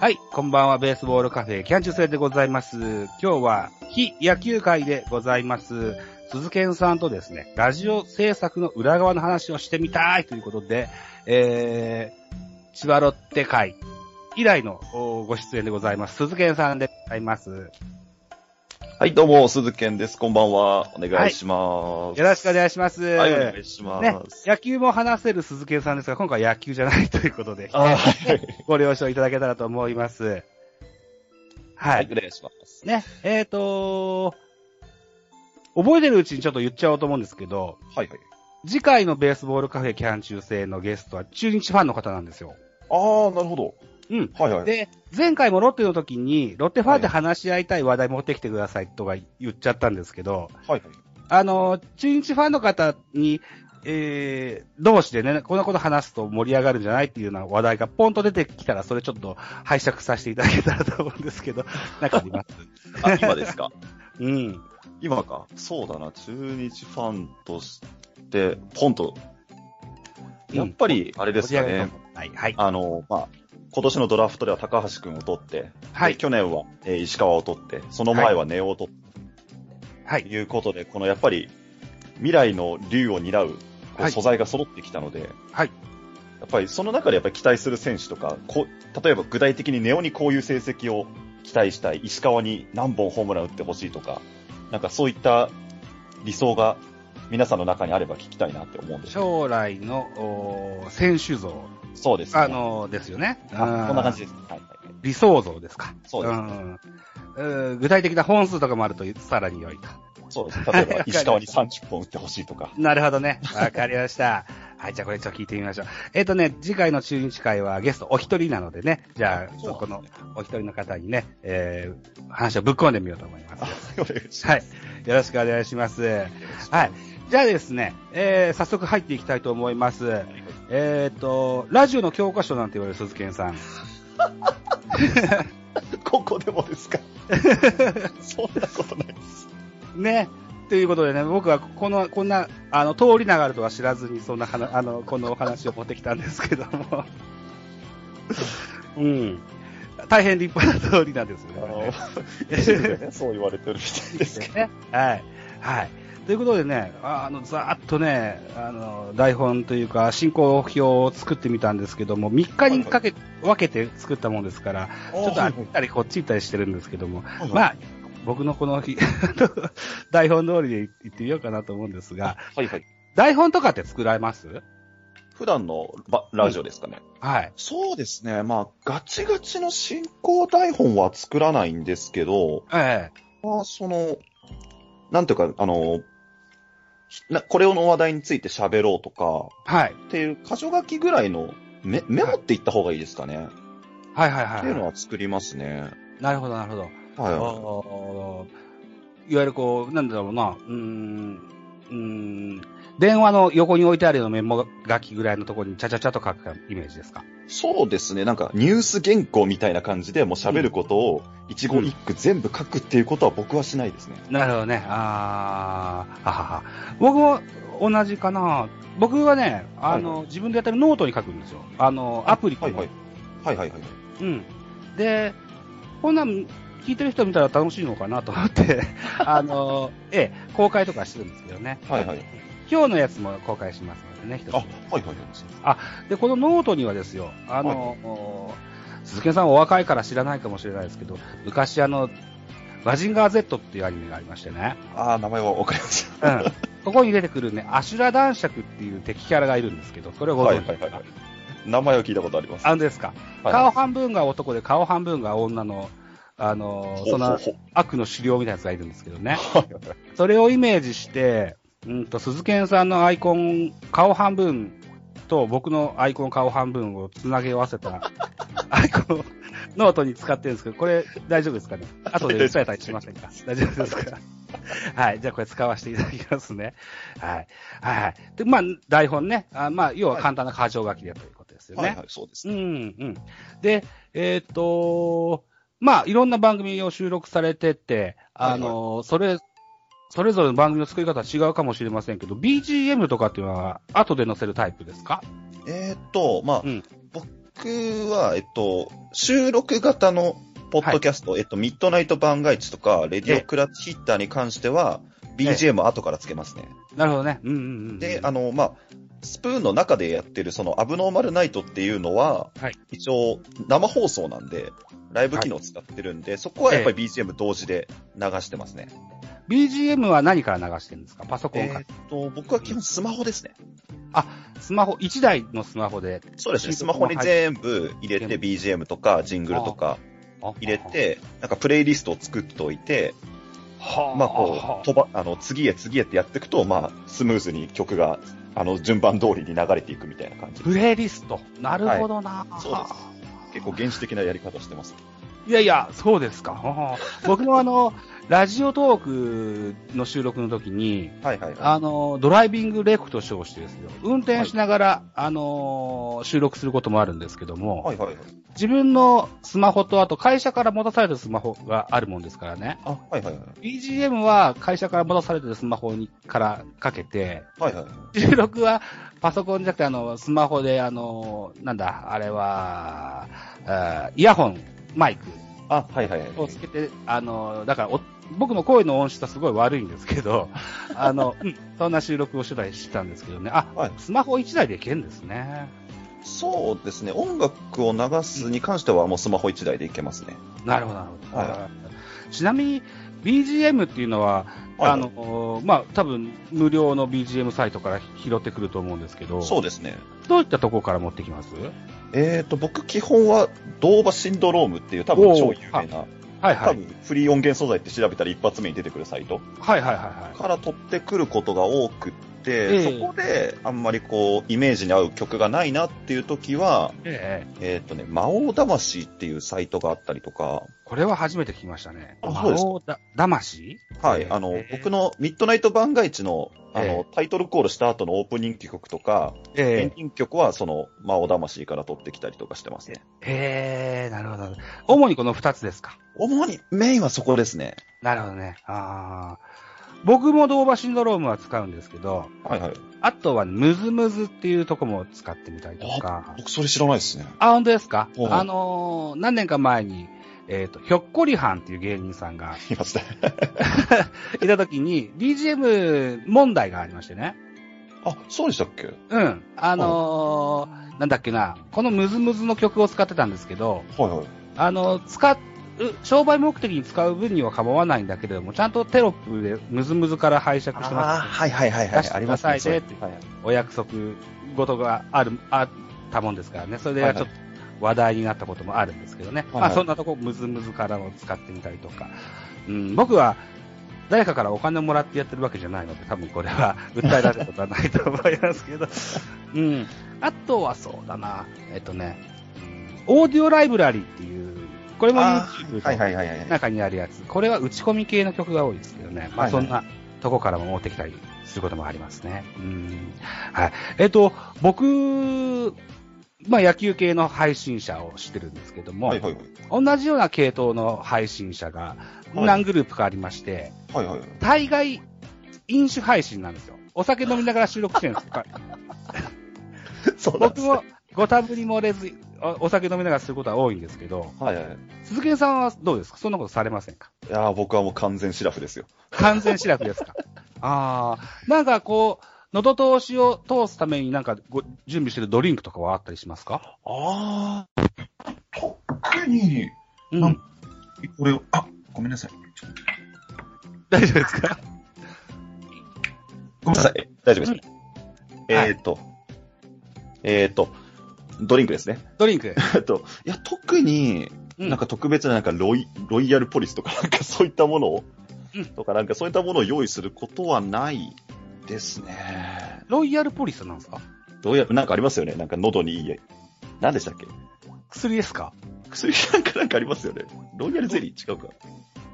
はい、こんばんは、ベースボールカフェ、キャンチュセでございます。今日は、非野球界でございます、鈴賢さんとですね、ラジオ制作の裏側の話をしてみたいということで、えー、千葉ロッテ会以来のおご出演でございます。鈴賢さんでございます。はい、どうも、鈴健です。こんばんは。お願いします。よろしくお願いします。はい、お願いします。ね、野球も話せる鈴賢さんですが、今回は野球じゃないということで、あーはい、ご了承いただけたらと思います。ははいい、。お願いします。ね、えーと覚えてるうちにちょっと言っちゃおうと思うんですけど、はい、はい。次回のベースボールカフェキャン中制のゲストは中日ファンの方なんですよ。あー、なるほど。うん。はい、はい。で、前回もロッテの時に、ロッテファンで話し合いたい話題持ってきてくださいとか言っちゃったんですけど、はい、はい。あのー中日ファンの方に、えー、同士でね、こんなこと話すと盛り上がるんじゃないっていうような話題がポンと出てきたら、それちょっと拝借させていただけたらと思うんですけど、なんかありますあ、今ですかうん。 今か。そうだな、中日ファンとして、ポンと。やっぱり、あれですか盛り上がねる。と思うはい。はい。あの、まあ、今年のドラフトでは高橋くんを取って、はでい。去年は、えー石川を取って、その前は根尾を取って、はとい。いうことで、このやっぱり、未来の竜を担うこうはい素材が揃ってきたので、はいやっぱりその中でやっぱり期待する選手とか、こう例えば具体的にネオにこういう成績を期待したい、石川に何本ホームラン打ってほしいとか、なんかそういった理想が皆さんの中にあれば聞きたいなって思うんですよ将来のおー選手像、そうですね。あのーですよね。あこんな感じでです。はいはいはい、理想像ですか。そうです、んうん具体的な本数とかもあると、さらに良いと。そうです。例えば石川に30本打ってほしいとか。なるほどね。 わかりました。はい、じゃあこれちょっと聞いてみましょう。えっ、とね、次回の中日会はゲストお一人なのでね、じゃあ、そうそなんこですねのお一人の方にね、えー、話をぶっ込んでみようと思います。あ お願いしますはい。よろしくお願いします。はい。じゃあですね、えー、早速入っていきたいと思います。えっ、と、ラジオの教科書なんて言われる鈴賢さん。ここでもで すかそんなことないです。ね。ということでね、僕はこの、こんな、あの、通り流れとは知らずに、そんな話、あの、このお話を持ってきたんですけども。うん。大変立派な通りなんですよあね。の、一部でね、そう言われてるみた いですけど。ね。はい。はい。ということでね、ああの、ざーっとね、あの、台本というか、進行表を作ってみたんですけども、3日にかけ、分けて作ったもんですから、ちちょっとあっち行ったりこっち行ったりしてるんですけども、あまあ、僕のこの日 台本通りで言ってみようかなと思うんですが、はいはい。台本とかって作られます普段のばラジオですかね。はい。そうですね。まあ、ガチガチの進行台本は作らないんですけど、ええまあ、その、なんていうか、あの、ひなこれの話題について喋ろうとか、はい。っていう箇所書きぐらいのメメモって言った方がいいですかね。はいはいっはていいうはのは作りますね。い。なるほどなるほど。はいあはのいわゆるこう、なんだろうな、うーん、うーん、電話の横に置いてあるようなメモ書きぐらいのところにちゃちゃちゃと書くイメージですか。い。そうですね。なんか、ニュース原稿みたいな感じで、もう喋ることを、一語一句全部書くっていうことは僕はしないですね。なるほどね。あー、ははは。僕も同じかな。僕はね、あの、自分でやってるノートに書くんですよ。あの、アプリはいはい。はいはいはい。うん。で、こんなん聞いてる人見たら楽しいのかなと思 って、あの、ええ、公開とかしてるんですけどね。はいはい。今日のやつも公開しますのでね、一つあ、はいはいはい。で、このノートにはですよ、あの、お鈴木さんお若いから知らないかもしれないですけど、昔あの、マジンガー Z っていうアニメがありましてね。ああ、名前はわかりましうん。 ここに出てくるね、アシュラ男爵っていう敵キャラがいるんですけど、それをた。ごはい存知はでいすか、はいはい。名前を聞いたことあります。あのですか、はい顔半分が男で顔半分が女の、あの、そのほう悪の狩猟みたいなやつがいるんですけどね。ほうほうはいはいそれをイメージして、うんと、鈴賢さんのアイコン、顔半分と僕のアイコン顔半分をつなげ合わせ たアイコンをノートに使ってるんですけど、これ大丈夫ですかね後で訴えたりしませんか大丈夫ですかはい。じゃあこれ使わせていただきますね。はい。はいはい。で、まあ、台本ね。あまあ、要は簡単な箇条書きでということですよね。はいはい、そうですうね。ん、うん。で、えーっと、まあ、いろんな番組を収録されてて、あの、それ、それぞれの番組の作り方は違うかもしれませんけど、BGM とかっていうのは後で載せるタイプですかえーっと、まあうん、は、えっと、収録型のポッドキャスト、えっと、ミッドナイト番外地とか、レディオクラッチヒッターに関しては、ええ BGM 後からつけますね。なるほどね。うんうんうんうん。で、あの、まあ、スプーンの中でやってる、その、アブノーマルナイトっていうのは、はい一応、生放送なんで、ライブ機能使ってるんで、そこはやっぱり BGM 同時で流してますね。 BGM は何から流してるんですかパソコンえかーっと、僕は基本スマホですね。スマホ、1台のスマホで。そうですね、収ス録もマホに全部入れはて、い BGM とか、ジングルとか入れ、て、なんかプレイリストを作っておいて、はまあこう、飛ば、あの、次へ次へってやっていくと、まあ、スムーズに曲が、あの、順番通りに流れていくみたいな感じ。プレイリスト。なるほどな、いそう結構原始的なやり方してます。いやいや、そうですか。はあ僕もあの、ラジオトークの収録の時に、はいはいはい。あの、ドライビングレクと称してですよ。運転しながら、あの、収録することもあるんですけども、はいはいはい。自分のスマホと、あと会社から持たされたスマホがあるもんですからね。あ、はいはいはい。 BGM は会社から持たされてるスマホにからかけて、はいはい。収録はパソコンじゃなくて、あの、スマホで、あの、なんだ、あれは、あーイヤホン、マイクあ、はいはいはい。をつけて、あの、だからお、僕の声の音質はすごい悪いんですけど、あの、うんそんな収録を取材してたんですけどね。あ、はいスマホ1台でいけるんですね。そうですね、音楽を流すに関しては、もうスマホ1台でいけますね。なるほど、なるほど。はちなみに、BGM っていうのは、はいはいあの、まあ、多分、無料の BGM サイトから拾ってくると思うんですけど、そうですね。どういったところから持ってきますえっ、と、僕、基本は、ドーバシンドロームっていう、多分超有お名ーな、はいは多い。分フリー音源素材って調べたら一発目に出てくるサイトはいはいはいはい。から取ってくることが多くって、ええそこで、あんまりこう、イメージに合う曲がないなっていう時は、えええっ、とね、魔王魂っていうサイトがあったりとか、これは初めて聞きましたね。あそうですか魔王だ魂はい、あの、僕の、のミッドナイト番外地の、あの、えタイトルコールした後のオープニング曲とか、エンえディング曲はその、魔王魂から取ってきたりとかしてますね。えええなるほど。主にこの二つですか。主にメインはそこですね。なるほどね。ああ。僕もドーバシンドロームは使うんですけど、はいはい。あとはムズムズっていうとこも使ってみたりとか。僕それ知らないですね。 あ、本当ですかおうあのー何年か前に、えっ、と、ひょっこりはんっていう芸人さんがいますね。いた時に、BGM 問題がありましてね。あ、そうでしたっけはいうん。あのーなんだっけな、このムズムズの曲を使ってたんですけど、はい。あの、使う、商売目的に使う分には構わないんだけれども、ちゃんとテロップでムズムズから拝借してあます。はいはいはいは出しい。てありくまだすさね。いねってはいお約束事がある、あったもんですからね。それはがいちはいょっと話題になったこともあるんですけどね。はいはいまあそんなとこ、ムズムズからも使ってみたりとか。うん、僕は、誰かからお金をもらってやってるわけじゃないので、多分これ は訴えられることはないと思いますけど。うん。あとはそうだな。えっとね、うんオーディオライブラリーっていう、これもあ YouTube はいのはいはいはい。中にあるやつ。これは打ち込み系の曲が多いですけどね。まはいあそはいんなとこからも持ってきたりすることもありますね。うん。はい。えっと、僕、まあ野球系の配信者をしてるんですけども、はいはいはい。同じような系統の配信者がはい何グループかありまして、はいはい。大概飲酒配信なんですよ。お酒飲みながら収録してるんですよ。 そうなん僕ですね。もご多分に漏れず、おお酒飲みながらすることは多いんですけど、はいはい。鈴木さんはどうですかそんなことされませんかいやー僕はもう完全シラフですよ。完全シラフですかああ、なんかこう、喉通しを通すためになんかご準備してるドリンクとかはあったりしますかああ、特に、。うんこれを、あ、ごめんなさい。大丈夫です かごめんなさい。大丈夫です。はいえっ、ー、と、えっ、ー、と、ドリンクですね。 ドリンク。えっと、いや、特に、うんなんか特別ななんかロイ、ロイヤルポリスとか、 なんかそういったものを、うんとかなんかそういったものを用意することはないですね。ロイヤルポリスなんですかどうや、なんかありますよね。なんか喉にいい、何でしたっけ薬ですか薬なんかなんかありますよね。ロイヤルゼリー違うか。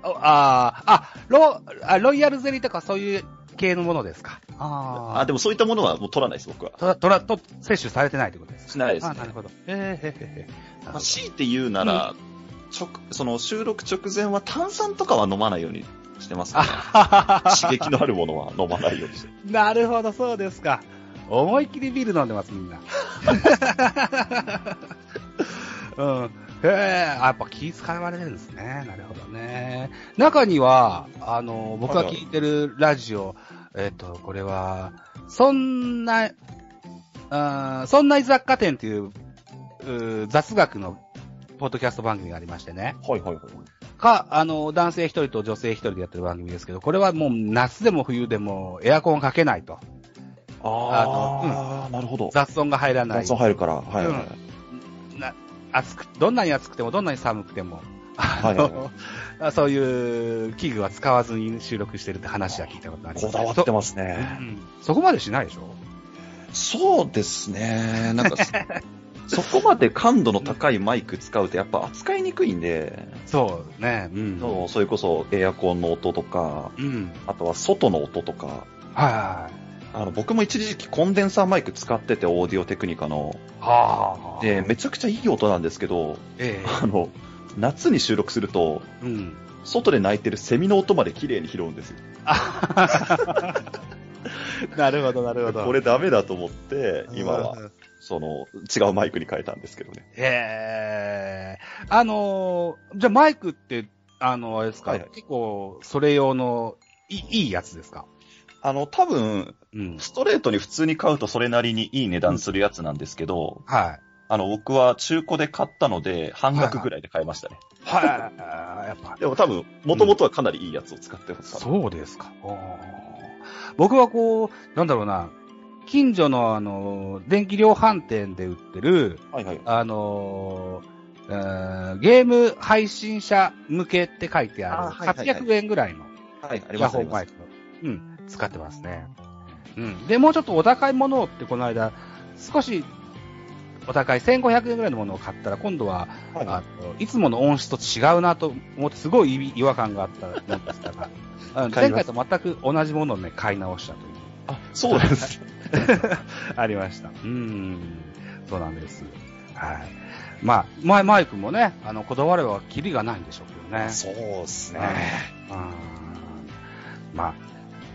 ああー、あ、ロ、あロイヤルゼリーとかそういう系のものですかああ、でもそういったものはもう取らないです、僕はあ、。とら、とら、と、摂取されてないってことですかしないですあねー。なるほど。えー、へーへーへーなるほまあ、ど強いて言うなら、直、その収録直前は炭酸とかは飲まないようにしてます、ね。あ刺激のあるものは飲まないようにして。なるほど、そうですか。思いっきりビール飲んでます、みんな。うん。へえ、あやっぱ気使われるんですね。なるほどね。中には、あの、僕が聞いてるラジオ、えっ、と、これは、そんな、あーそんな雑貨店っていう、うー雑学のポッドキャスト番組がありましてね。はいはいはい。か、あの、男性一人と女性一人でやってる番組ですけど、これはもう夏でも冬でもエアコンかけないと。ああ、なるほど。雑音が入らない雑。音入るから。はいはいはい。な暑く、どんなに暑くても、どんなに寒くても、はいはいは あそういう器具は使わずに収録してるって話は聞いたことありますねこだわってそますうね。んそこまでしないでしょそうですね。なんか、 そこまで感度の高いマイク使うとやっぱ扱いにくいんで、そうね。うん。そうそれこそエアコンの音とか、うん。あとは外の音とか、はいはいあの、僕も一時期コンデンサーマイク使ってて、オーディオテクニカの。はあ。で、めちゃくちゃいい音なんですけど、えあの、夏に収録すると、え うん。外で鳴いてるセミの音まで綺麗に拾うんですよ。なるほど、なるほど。これダメだと思って、うん、今は、その、違うマイクに変えたんですけどね。ええあのーじゃあマイクって、あの、あれですか、はいはい結構、それ用のいい、いいやつですかあの、多分、うん。ストレートに普通に買うとそれなりにいい値段するやつなんですけど、 はい。あの、僕は中古で買ったので、半額ぐらいで買いましたね。はい。やっぱ、でも多分、元々はかなりいいやつを使ってます。そうですか。僕はこう、なんだろうな、近所のあの、電気量販店で売ってる、はいはい。あのえーゲーム配信者向けって書いてある、あはいはいはい800円ぐらいのはい、あイりヤますホありンまマすイク。うん、使ってますね。うん。で、もうちょっとお高いものをってこの間、少しお高い1500円ぐらいのものを買ったら、今度は、はいはいあのいつもの音質と違うなと思って、すごい違違和感があったもんです から、うん買前いま回すと全く同じものをね、買い直したという。あ、そうなんです。 ありました。うん。そうなんです。はい。まあ、マイマイクもね、あの、こだわればキリがないんでしょうけどね。そうですね。あーまあ、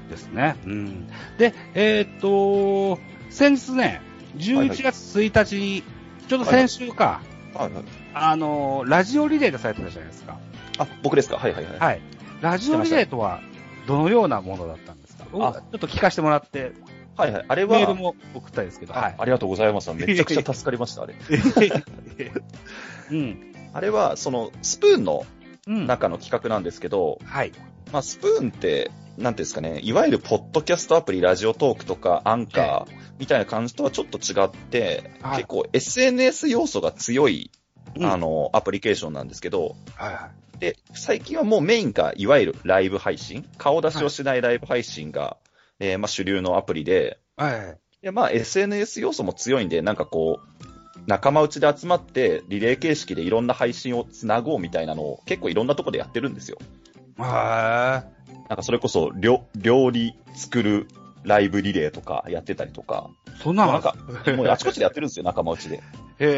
ですね。うん。で、えーっと、先日ね、はい11月1日に、ちょうど先週か、はいはいあの、ラジオリレーでされてたじゃないですか。あ、僕ですかはいはいはい。はい。ラジオリレーとは、どのようなものだったんですかちょあっと聞かせてもらって、はいはい。あれメールは、も送ったんですけど、あはい。ありがとうございます。めちゃくちゃ助かり ました、あれ。うん。あれは、その、スプーンのうん。中の企画なんですけど、はい。まあ、スプーンって、なんていうんですかね、いわゆるポッドキャストアプリ、ラジオトークとか、アンカーみたいな感じとはちょっと違って、はい結構 SNS 要素が強い、あの、の、アプリケーションなんですけど、はいはで、最近はもうメインが、いわゆるライブ配信、顔出しをしないライブ配信が、えーまあ、主流のアプリで、い。はいはい。で、まあ、SNS 要素も強いんで、なんかこう、仲間内で集まって、リレー形式でいろんな配信をつなごうみたいなのを、結構いろんなとこでやってるんですよ。はなんかそれこそ、料料理作るライブリレーとかやってたりとか、い。そんなのなんか、もうあちこちでやってるんですよ、仲間内で。 へで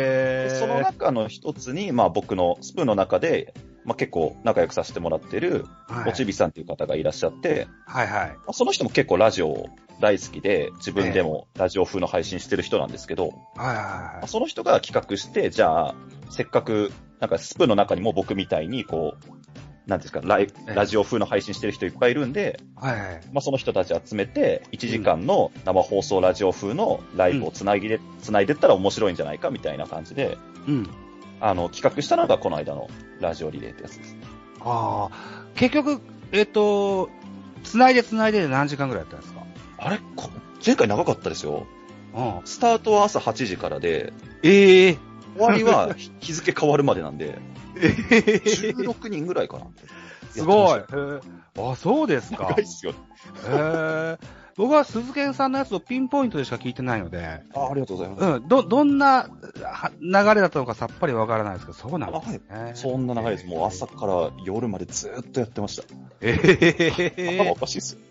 え。その中の一つに、まあ僕のスプーンの中で、まあ結構仲良くさせてもらってる、はいおちびさんっていう方がいらっしゃって、はいはい。まあその人も結構ラジオ大好きで、自分でもラジオ風の配信してる人なんですけど、はいまはあその人が企画して、じゃあ、せっかく、なんかスプーンの中にも僕みたいに、こう、なんていうんですか、ライええラジオ風の配信してる人いっぱいいるんで、いはい。はいはい。まあ、その人たち集めて、1時間の生放送ラジオ風のライブをつなぎで、つないでったら面白いんじゃないかみたいな感じで、うん。あの、企画したのがこの間のラジオリレーってやつです。ああ。結局、えっと、つないでつないでで何時間ぐらいやったんですかあれこ前回長かったですよ。うん。スタートは朝8時からで、ええ。終わりは日日付変わるまでなんで、 す16人ぐらいかな。ごい。やへってーあ、そうですました。か長い。っすよ。へえ。僕は鈴賢さんのやつをピンポイントでしか聞いてないので、あありがとうございます。うん、ど、どんなは流れだったのかさっぱりわからないですけど、そうなんですね。 そんな長いです。もう朝から夜までずーっとやってました。え頭おえかしいっすよ。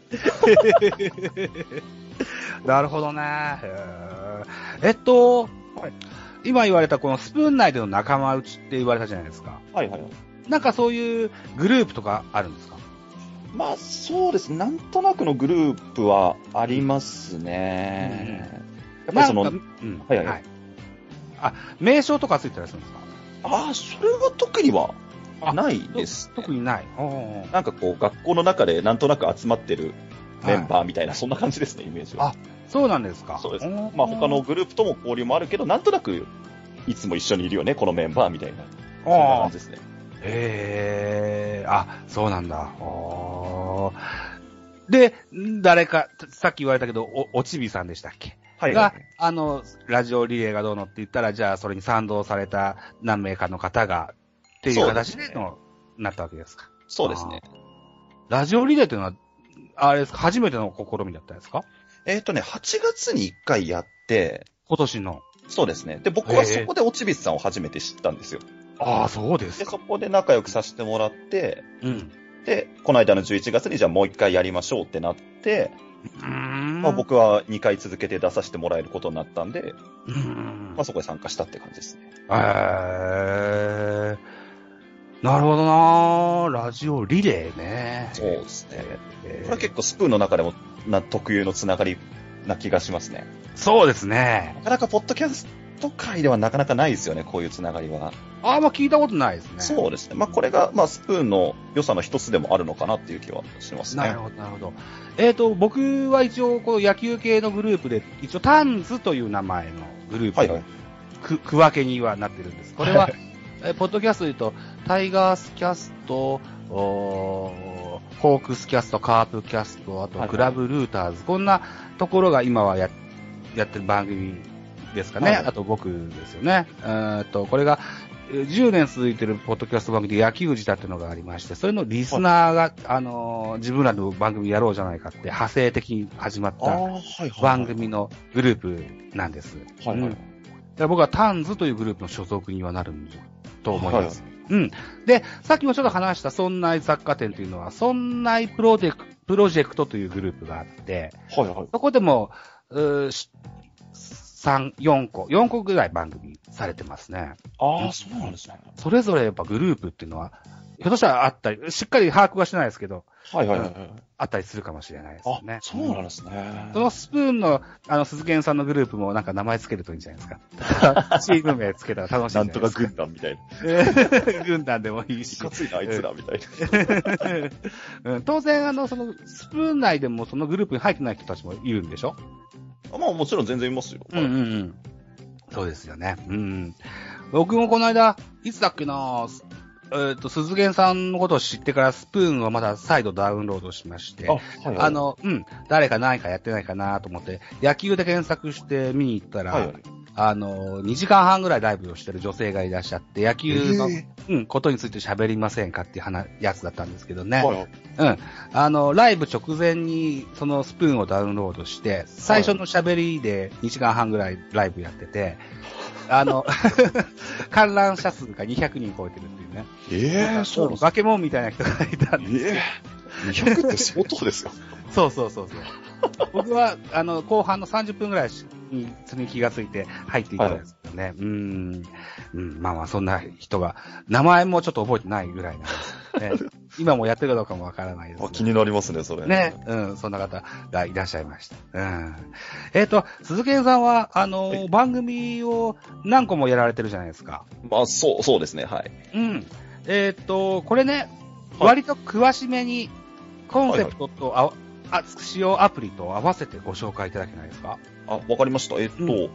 なるほどね。へええっと、今言われたこのスプーン内での仲間内って言われたじゃないですか。はいはいはい。なんかそういうグループとかあるんですかまあそうですね、なんとなくのグループはありますね。やっぱりその、なんかうんはいはいあ、名称とかついてたりするんですかああ、それは特にはないです、特にない。おーなんかこう、学校の中でなんとなく集まってるメンバーみたいな、そんな感じですね、イメージは。そうなんですか。そうですおーまあ、他のグループとも交流もあるけど、なんとなく、いつも一緒にいるよね、このメンバーみたいな。そんなあー感じですね。へえ、あ、そうなんだ。おーで、ん誰か、さっき言われたけど、お、おちびさんでしたっけはい、はがい。、あの、ラジオリレーがどうのって言ったら、じゃあ、それに賛同された何名かの方が、っていう形そうでですねの、なったわけですか。そうですね。ラジオリレーっていうのは、あれですか、初めての試みだったんですかえっ、とね、8月に1回やって、今年の。そうですね。で、僕へはえそこでおちびつさんを初めて知ったんですよ。ああ、そうですで、か。そこで仲良くさせてもらって、うん。で、この間の11月にじゃあもう1回やりましょうってなって、ままあ、僕は2回続けて出させてもらえることになったんで、うんまあ、そこで参加したって感じですね。えー、なるほどなラジオリレーね。そうですね。えーこれ結構スプーンの中でもな特有のつながりな気がしますね。そうですねな。かなかポッドキャスト界ではなかなかないですよね、こういうつながりは。あんま聞いたことないですね。そうですね。まあこれが、まあスプーンの良さの一つでもあるのかなっていう気はしますなねる。ほど、なるほど。えっ、と、僕は一応、この野球系のグループで、一応、タンズという名前のグループはいのはい。く区分けにはなってるんです。これは、えーポッドキャストで言うと、タイガースキャスト、おーホークスキャスト、カープキャスト、あとはいはいグラブルーターズ、こんなところが今はややってる番組ですかね。はいはいあと僕ですよね。えーっと、これが、えー10年続いてるポッドキャスト番組で野球児だっていうのがありまして、それのリスナーが、あのー自分らの番組やろうじゃないかって派生的に始まっああ、たはいはい。番組のグループなんです。はいはうんい。だから僕はタンズというグループの所属にはなるんだと思います。うん。で、さっきもちょっと話した村内雑貨店というのは、村内プロジェクプロジェクトというグループがあって、はいはい。そこでも、うーし3、4個、4個ぐらい番組されてますね。ああ、そうなんですね。それぞれやっぱグループっていうのは、ひょっとしたらあったり、しっかり把握はしてないですけど、はいはいはい。あったりするかもしれないですあね、。そうなんですね。そのスプーンの、あの、鈴研さんのグループもなんか名前つけるといいんじゃないです か。チーム名つけたら楽しいじなゃんないとでかすか。軍団みたいな。 軍団でもいいいしか。ついな、あいつらみたいな。うん当然、あの、その、スプーン内でもそのグループに入ってない人たちもいるんでしょまあもちろん全然いますよ。うんうんうん。そうですよね。うんうん。僕もこの間、いつだっけなすえっ、と、鈴源さんのことを知ってから、スプーンをまだ再度ダウンロードしまして、あ、あ,、はいはい。の、うん、誰か何かやってないかなと思って、野球で検索して見に行ったら、はいはい、あの、2時間半ぐらいライブをしてる女性がいらっしゃって、野球の、えうん、ことについて喋りませんかっていう話、やつだったんですけどね。ーはいはいうん。あの、ライブ直前にそのスプーンをダウンロードして、最初の喋りで2時間半ぐらいライブやってて、あの、 観覧者数が200人超えてるっていうね。えー、そうなんですバケモンみたいな人がいたんで。ええ200って相当ですよ。そうそうそう そう。僕は、あの、後半の30分ぐらいに、それに気がついて入っていったんですけどね。うん。うん、まあまあ、そんな人が、名前もちょっと覚えてないぐらいなん です、ね。今もやってるかどうかもわからないですけど、あ気になりますね、それ。ね、うん、そんな方がいらっしゃいました。うん。えっ、と、鈴木さんは、あのーはい番組を何個もやられてるじゃないですか。まあ、そう、そうですね、はい。うん。えっ、と、これね、はい割と詳しめに、コンセプトとあ、あ使用アプリと合わせてご紹介いただけないですかあ、わかりました。えっと、う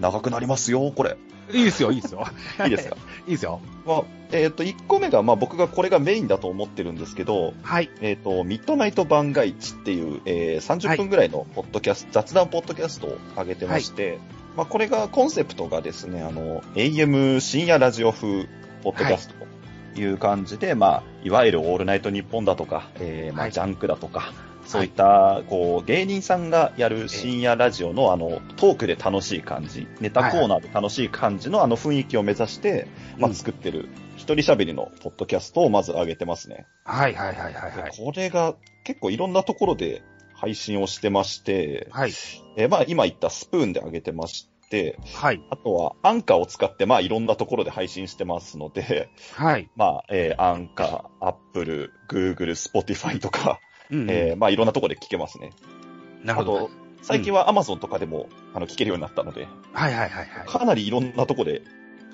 長くなりますよ、これ。いいです よ、いいですよ。いいですかいいですよ。まあ、えっと、1個目が、まあ僕がこれがメインだと思ってるんですけど、はい。えっと、ミッドナイト番外地っていう、えーは30い分ぐらいのポッドキャスト、雑談ポッドキャストを上げてまして、まあこれがコンセプトがですね、あの、AM 深夜ラジオ風ポッドキャストという感じで、まあ、いわゆるオールナイトニッポンだとか、えーまはあいジャンクだとか、そういった、こう、芸人さんがやる深夜ラジオのあの、トークで楽しい感じ、ネタコーナーで楽しい感じのあの雰囲気を目指して、まうあん作ってる、一人喋りのポッドキャストをまず上げてますね。はい、はい、はい、はい、はい。これが結構いろんなところで配信をしてまして、はい、えーまあ今言ったスプーンで上げてまして、はい、あとはアンカーを使ってまあいろんなところで配信してますので、 はい。まあ、えーアンカー、アップル、グーグル、スポティファイとか、うん、うんえーまあいろんなところで聞けますね。なるほあどと。、最近は Amazon とかでも、あの聞けるようになったので、はい、はい、はい、はい。かなりいろんなところで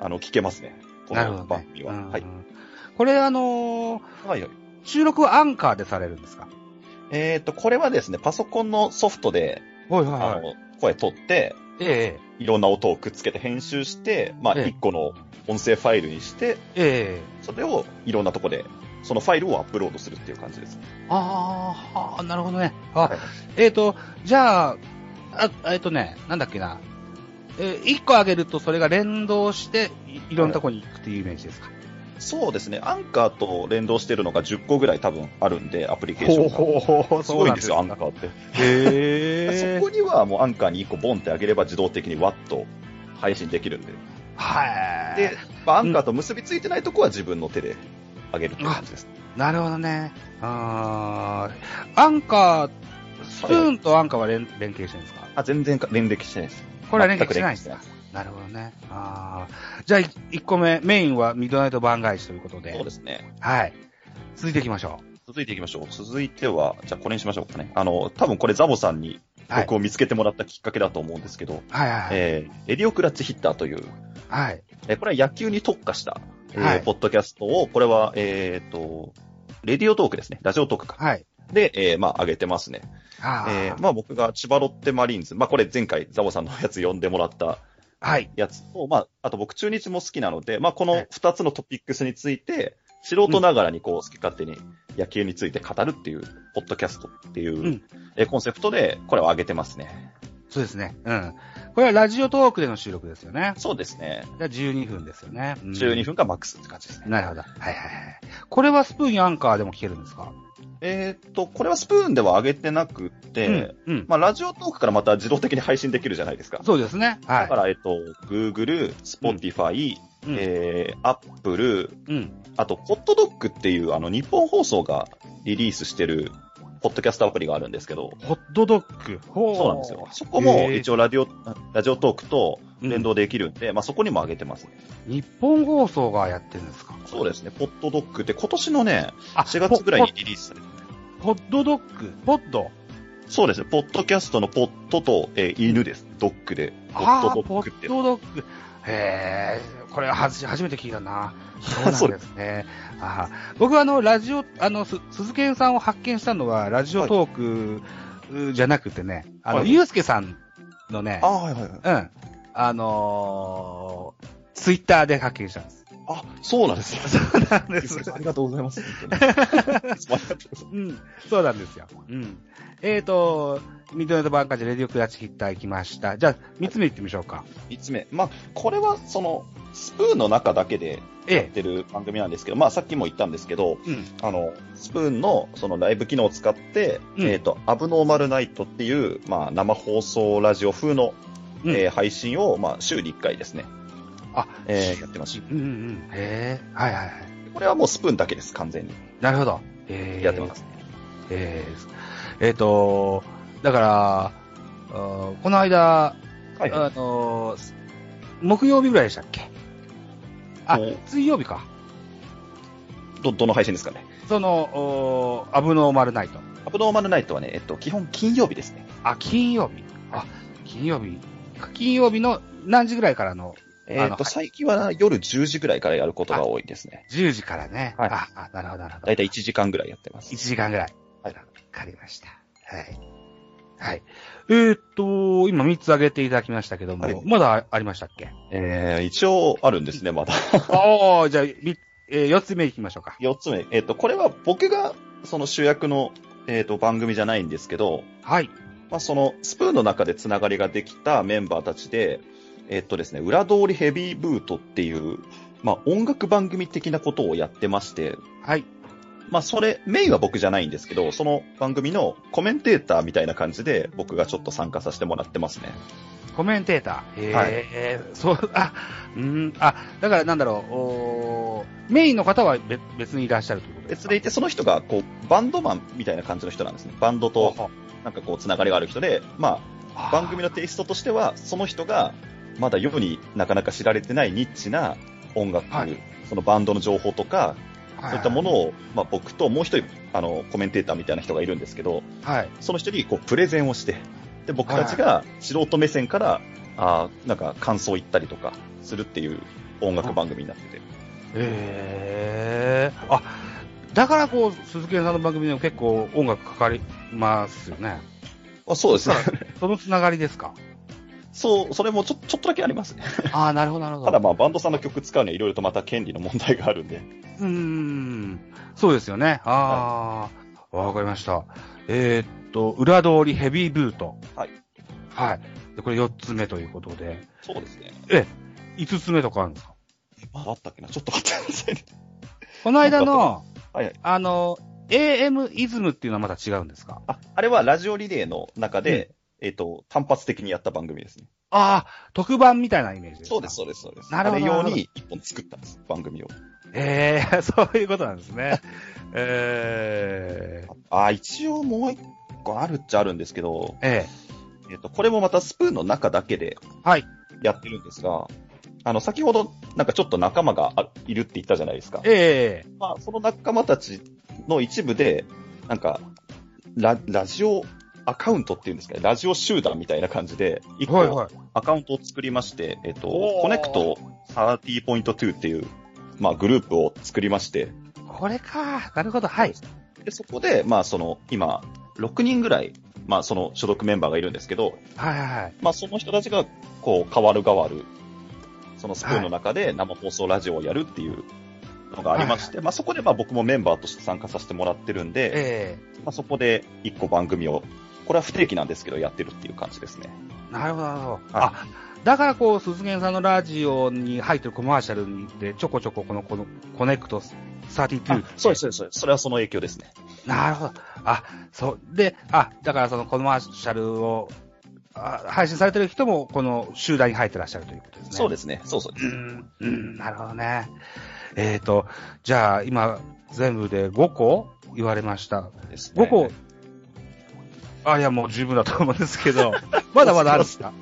あの聞けますね。こなるほのど、番ね組うは。んはい。これ、あのーはいはい。収録はアンカーでされるんですかえっ、と、これはですね、パソコンのソフトで、はいあの、声取って、い。えいろんな音をくっつけて編集して、まあ、ええ一個の音声ファイルにして、え、ええ。それをいろんなとこで、そのファイルをアップロードするっていう感じです。あーあー、なるほどね。あ、はいえっ、と、じゃあ、あえっ、とね、なんだっけな。えー、1個上げるとそれが連動してい、いろんなとこに行くっていうイメージですか、そうですね、アンカーと連動してるのが10個ぐらい多分あるんで、アプリケーションが。うほうほすごいんですよ、アンカへーって。えそこにはもうアンカーに1個ボンってあげれば自動的にワッと配信できるんで。はい。で、まあ、アンカーと結びついてないとこは自分の手で上げるっていう感じです。なるほどね。あーアンカー、スプーンとアンカーは連連携してるんですかあ、全然か連絡してないです。これは連携してないん全く連で携しすてなかなるいですほどね。あーじゃあ、1個目、メインはミッドナイト番外史ということで。そうですね。はい。続いていきましょ続いていきましょう。続いては、じゃあこれにしましょうかね。あの、多分これザボさんにう。はい僕。を見つけてもらったきっかけだと思うんですけど、はいはいはい。えー、レディオクラッチヒッターという、はい。えーこれは野球に特化した、えーはいポッドキャストを、これは、えっ、と、レディオトークですね。ラジオトークか。はい。で、えーまあ、上げてますね。あえーーまあ、僕が千葉ロッテマリーンズ。まあ、これ前回ザボさんのやつ読んでもらったはい。やつと、まあ、あと僕中日も好きなので、まあ、こはのい二つのトピックスについて、素人ながらにこう、好き勝手に野球について語るっていう、ポッドキャストっていう、うんえーコンセプトで、これを上げてますね。そうですね。うん。これはラジオトークでの収録ですよね。そうですね。じゃあ12分ですよね。うん12。分がマックスって感じですね。なるほど。はいはいはい。これはスプーンやアンカーでも聞けるんですかえーっと、これはスプーンでは上げてなくて、うん。うん。まあ、ラジオトークからまた自動的に配信できるじゃないですか。そうですね。だかはら、えっと、Google、Spotify、い。うん。えー、Apple、うん。あと、ホットドッグっていう、あの、日本放送がリリースしてる、ポッドキャストアプリがあるんですけど、ホットドッグ。ほそうなんですよ。そこも一応、応ラジオ、ラジオトークとうん連動できるんで、まあそこにも上げてますね。日本放送がやってるんですかそうでですね。ポッドドッグって今年のね、す。あ4月ぐらいに。リリースされてポッドドッグ。ポッド。そうですね。ポッドキャストのポッドと、えー犬です。ドッグで。ポあッあドー、ドポッグってッ。ドドッグ。へえ、これはじ初めて聞いた な。そうそなでうんですね。あー僕はあの、ラジオ、あの、す鈴研さんを発見したのは、ラジオトークうじゃなくてね、あの、はいゆうすけさんのね、あ、はいはいはい。うん、あのー、ツイッターで発見したん です。あ、そうなんですね。そうなんです。ありがとうございます。本当にいつもありがとうございまうん、そうなんですよ。うん。えーと、ミッドナイトバンカージレディオクラッチヒッター行きました。じゃあ、三つ目行ってみましょうか。す三つ目。まあ、これは、その、スプーンの中だけでやっえてる番組なんですけど、まあ、さっきも言ったんですけど、え。うん。あの、スプーンの、そのライブ機能を使って、うんえっ、と、アブノーマルナイトっていう、まあ、生放送ラジオ風の、うんえー配信を、まあ、週に1回ですね。あ、えーやってます。うんうんうん。へえ。はいはいはい。これはもうスプーンだけです、完全に。なるほど。ええ。やってます。えええっ、と、だから、あーこの間、はいはい。あの、木曜日ぐらいでしたっけあお、水曜日か。ど、どの配信ですかね。その、おアブノーマルナイト。アブノーマルナイトはね、えっと、基本金曜日ですね。あ、金曜日。あ、金曜日。金曜日の何時ぐらいからのえっ、あのはと、い最近は夜10時ぐらいからやることが多いですね。 10時からね。はいあ、あなるほど、なるほどだ。いたい1時間ぐらいやってます1。時間ぐらい。はいわかりました。はい。はい。えーっと、今3つ挙げていただきましたけども、はいまだありましたっけえー、一応あるんですね、ま だ。ああ、じゃあ、みえー、4つ目いきましょうか。 4つ目。えっ、と、これは僕が、その主役の、えっ、と、番組じゃないんですけど、はい。まあ、そのスプーンの中でつながりができたメンバーたちで、えっとですね、裏通りヘビーブートっていう、まあ、音楽番組的なことをやってまして、はい。まあ、それ、メインは僕じゃないんですけど、その番組のコメンテーターみたいな感じで僕がちょっと参加させてもらってますね。コメンテーター。えーはいえーそう、あ、うん、あ、だからなんだろう、おーメインの方は別別にいらっしゃるということです別かでいて、その人が、こう、バンドマンみたいな感じの人なんですね。バンドと、なんかこう、つながりがある人で、まあ、番組の。のテイストとしては、その人が、まだ世になかなか知られてないニッチな音楽、はいそのバンドの情報とか、はそういったものを、まあ、僕ともう一人、あの、コメンテーターみたいな人がいるんですけど、はい。その人にこう、プレゼンをして、で、僕たちが素人目線から、あーなんか感想を言ったりとかするっていう音楽番組になってて。ええあ、だからこう、鈴木さんの番組でも結構音楽かかりますよね。あそうですね。そのつながりですか。そう、それもちょちょっとだけありますね。 ああ、なるほど、なるほただまあ、バンドさんの曲使うにはいろいろとまた権利の問題があるんで。うーん。そうですよね。ああ、わ、かりました。えーっと、裏通りヘビーブート。はい。はい。で、これ4つ目ということで。そうですね。 5つ目とかあるんですかまだあったっけなちょっと待ってくださいね。この間の、はいはいあの、AM イズムっていうのはまた違うんですか あ、あれはラジオリレーの中で、えっ、と、単発的にやった番組ですね。ああ、特番みたいなイメージですかそうです、。そうです、そうです。なるほどあれ用に一本作ったんです、番組を。ええ そういうことなんですね。えー、あ、一応もう一個あるっちゃあるんですけど、ええっ、と、これもまたスプーンの中だけで、はいやってるんですが、あの、先ほど、なんかちょっと仲間があいるって言ったじゃないですかえ。ええまあ、その仲間たちの一部で、なんか、ラ、ラジオアカウントっていうんですかね、ラジオ集団みたいな感じで、一はい個はい。アカウントを作りまして、えっと、おーコネクト30.2っていう、まあ、グループを作りまして、これか。なるほど。はい。で、そこで、まあ、その、今、6人ぐらい、まあ、その所属メンバーがいるんですけど、はいはいはい。まあ、その人たちが、こう、変わる変わる、そのスプーンの中で生放送ラジオをやるっていうのがありまして、まあ、そこで、まあ、僕もメンバーとして参加させてもらってるんで、えまあ、そこで一個番組を、これは不定期なんですけど、やってるっていう感じですね。えなるほど、なるほど。はいあ、だからこう、鈴木さんのラジオに入ってるコマーシャルで、ちょこちょここの、この、コネクト32。そうです、そうですそうです。それはその影響ですね。なるほど。あ、そう。で、あ、だからそのコマーシャルを、あ配信されてる人も、この集団に入ってらっしゃるということですね。そうですね。そうそう。うん、うん、なるほどね。えっ、と、じゃあ、今、全部で5個言われました。ですね5個、あ、いや、もう十分だと思うんですけ ど、まだまだあるんですか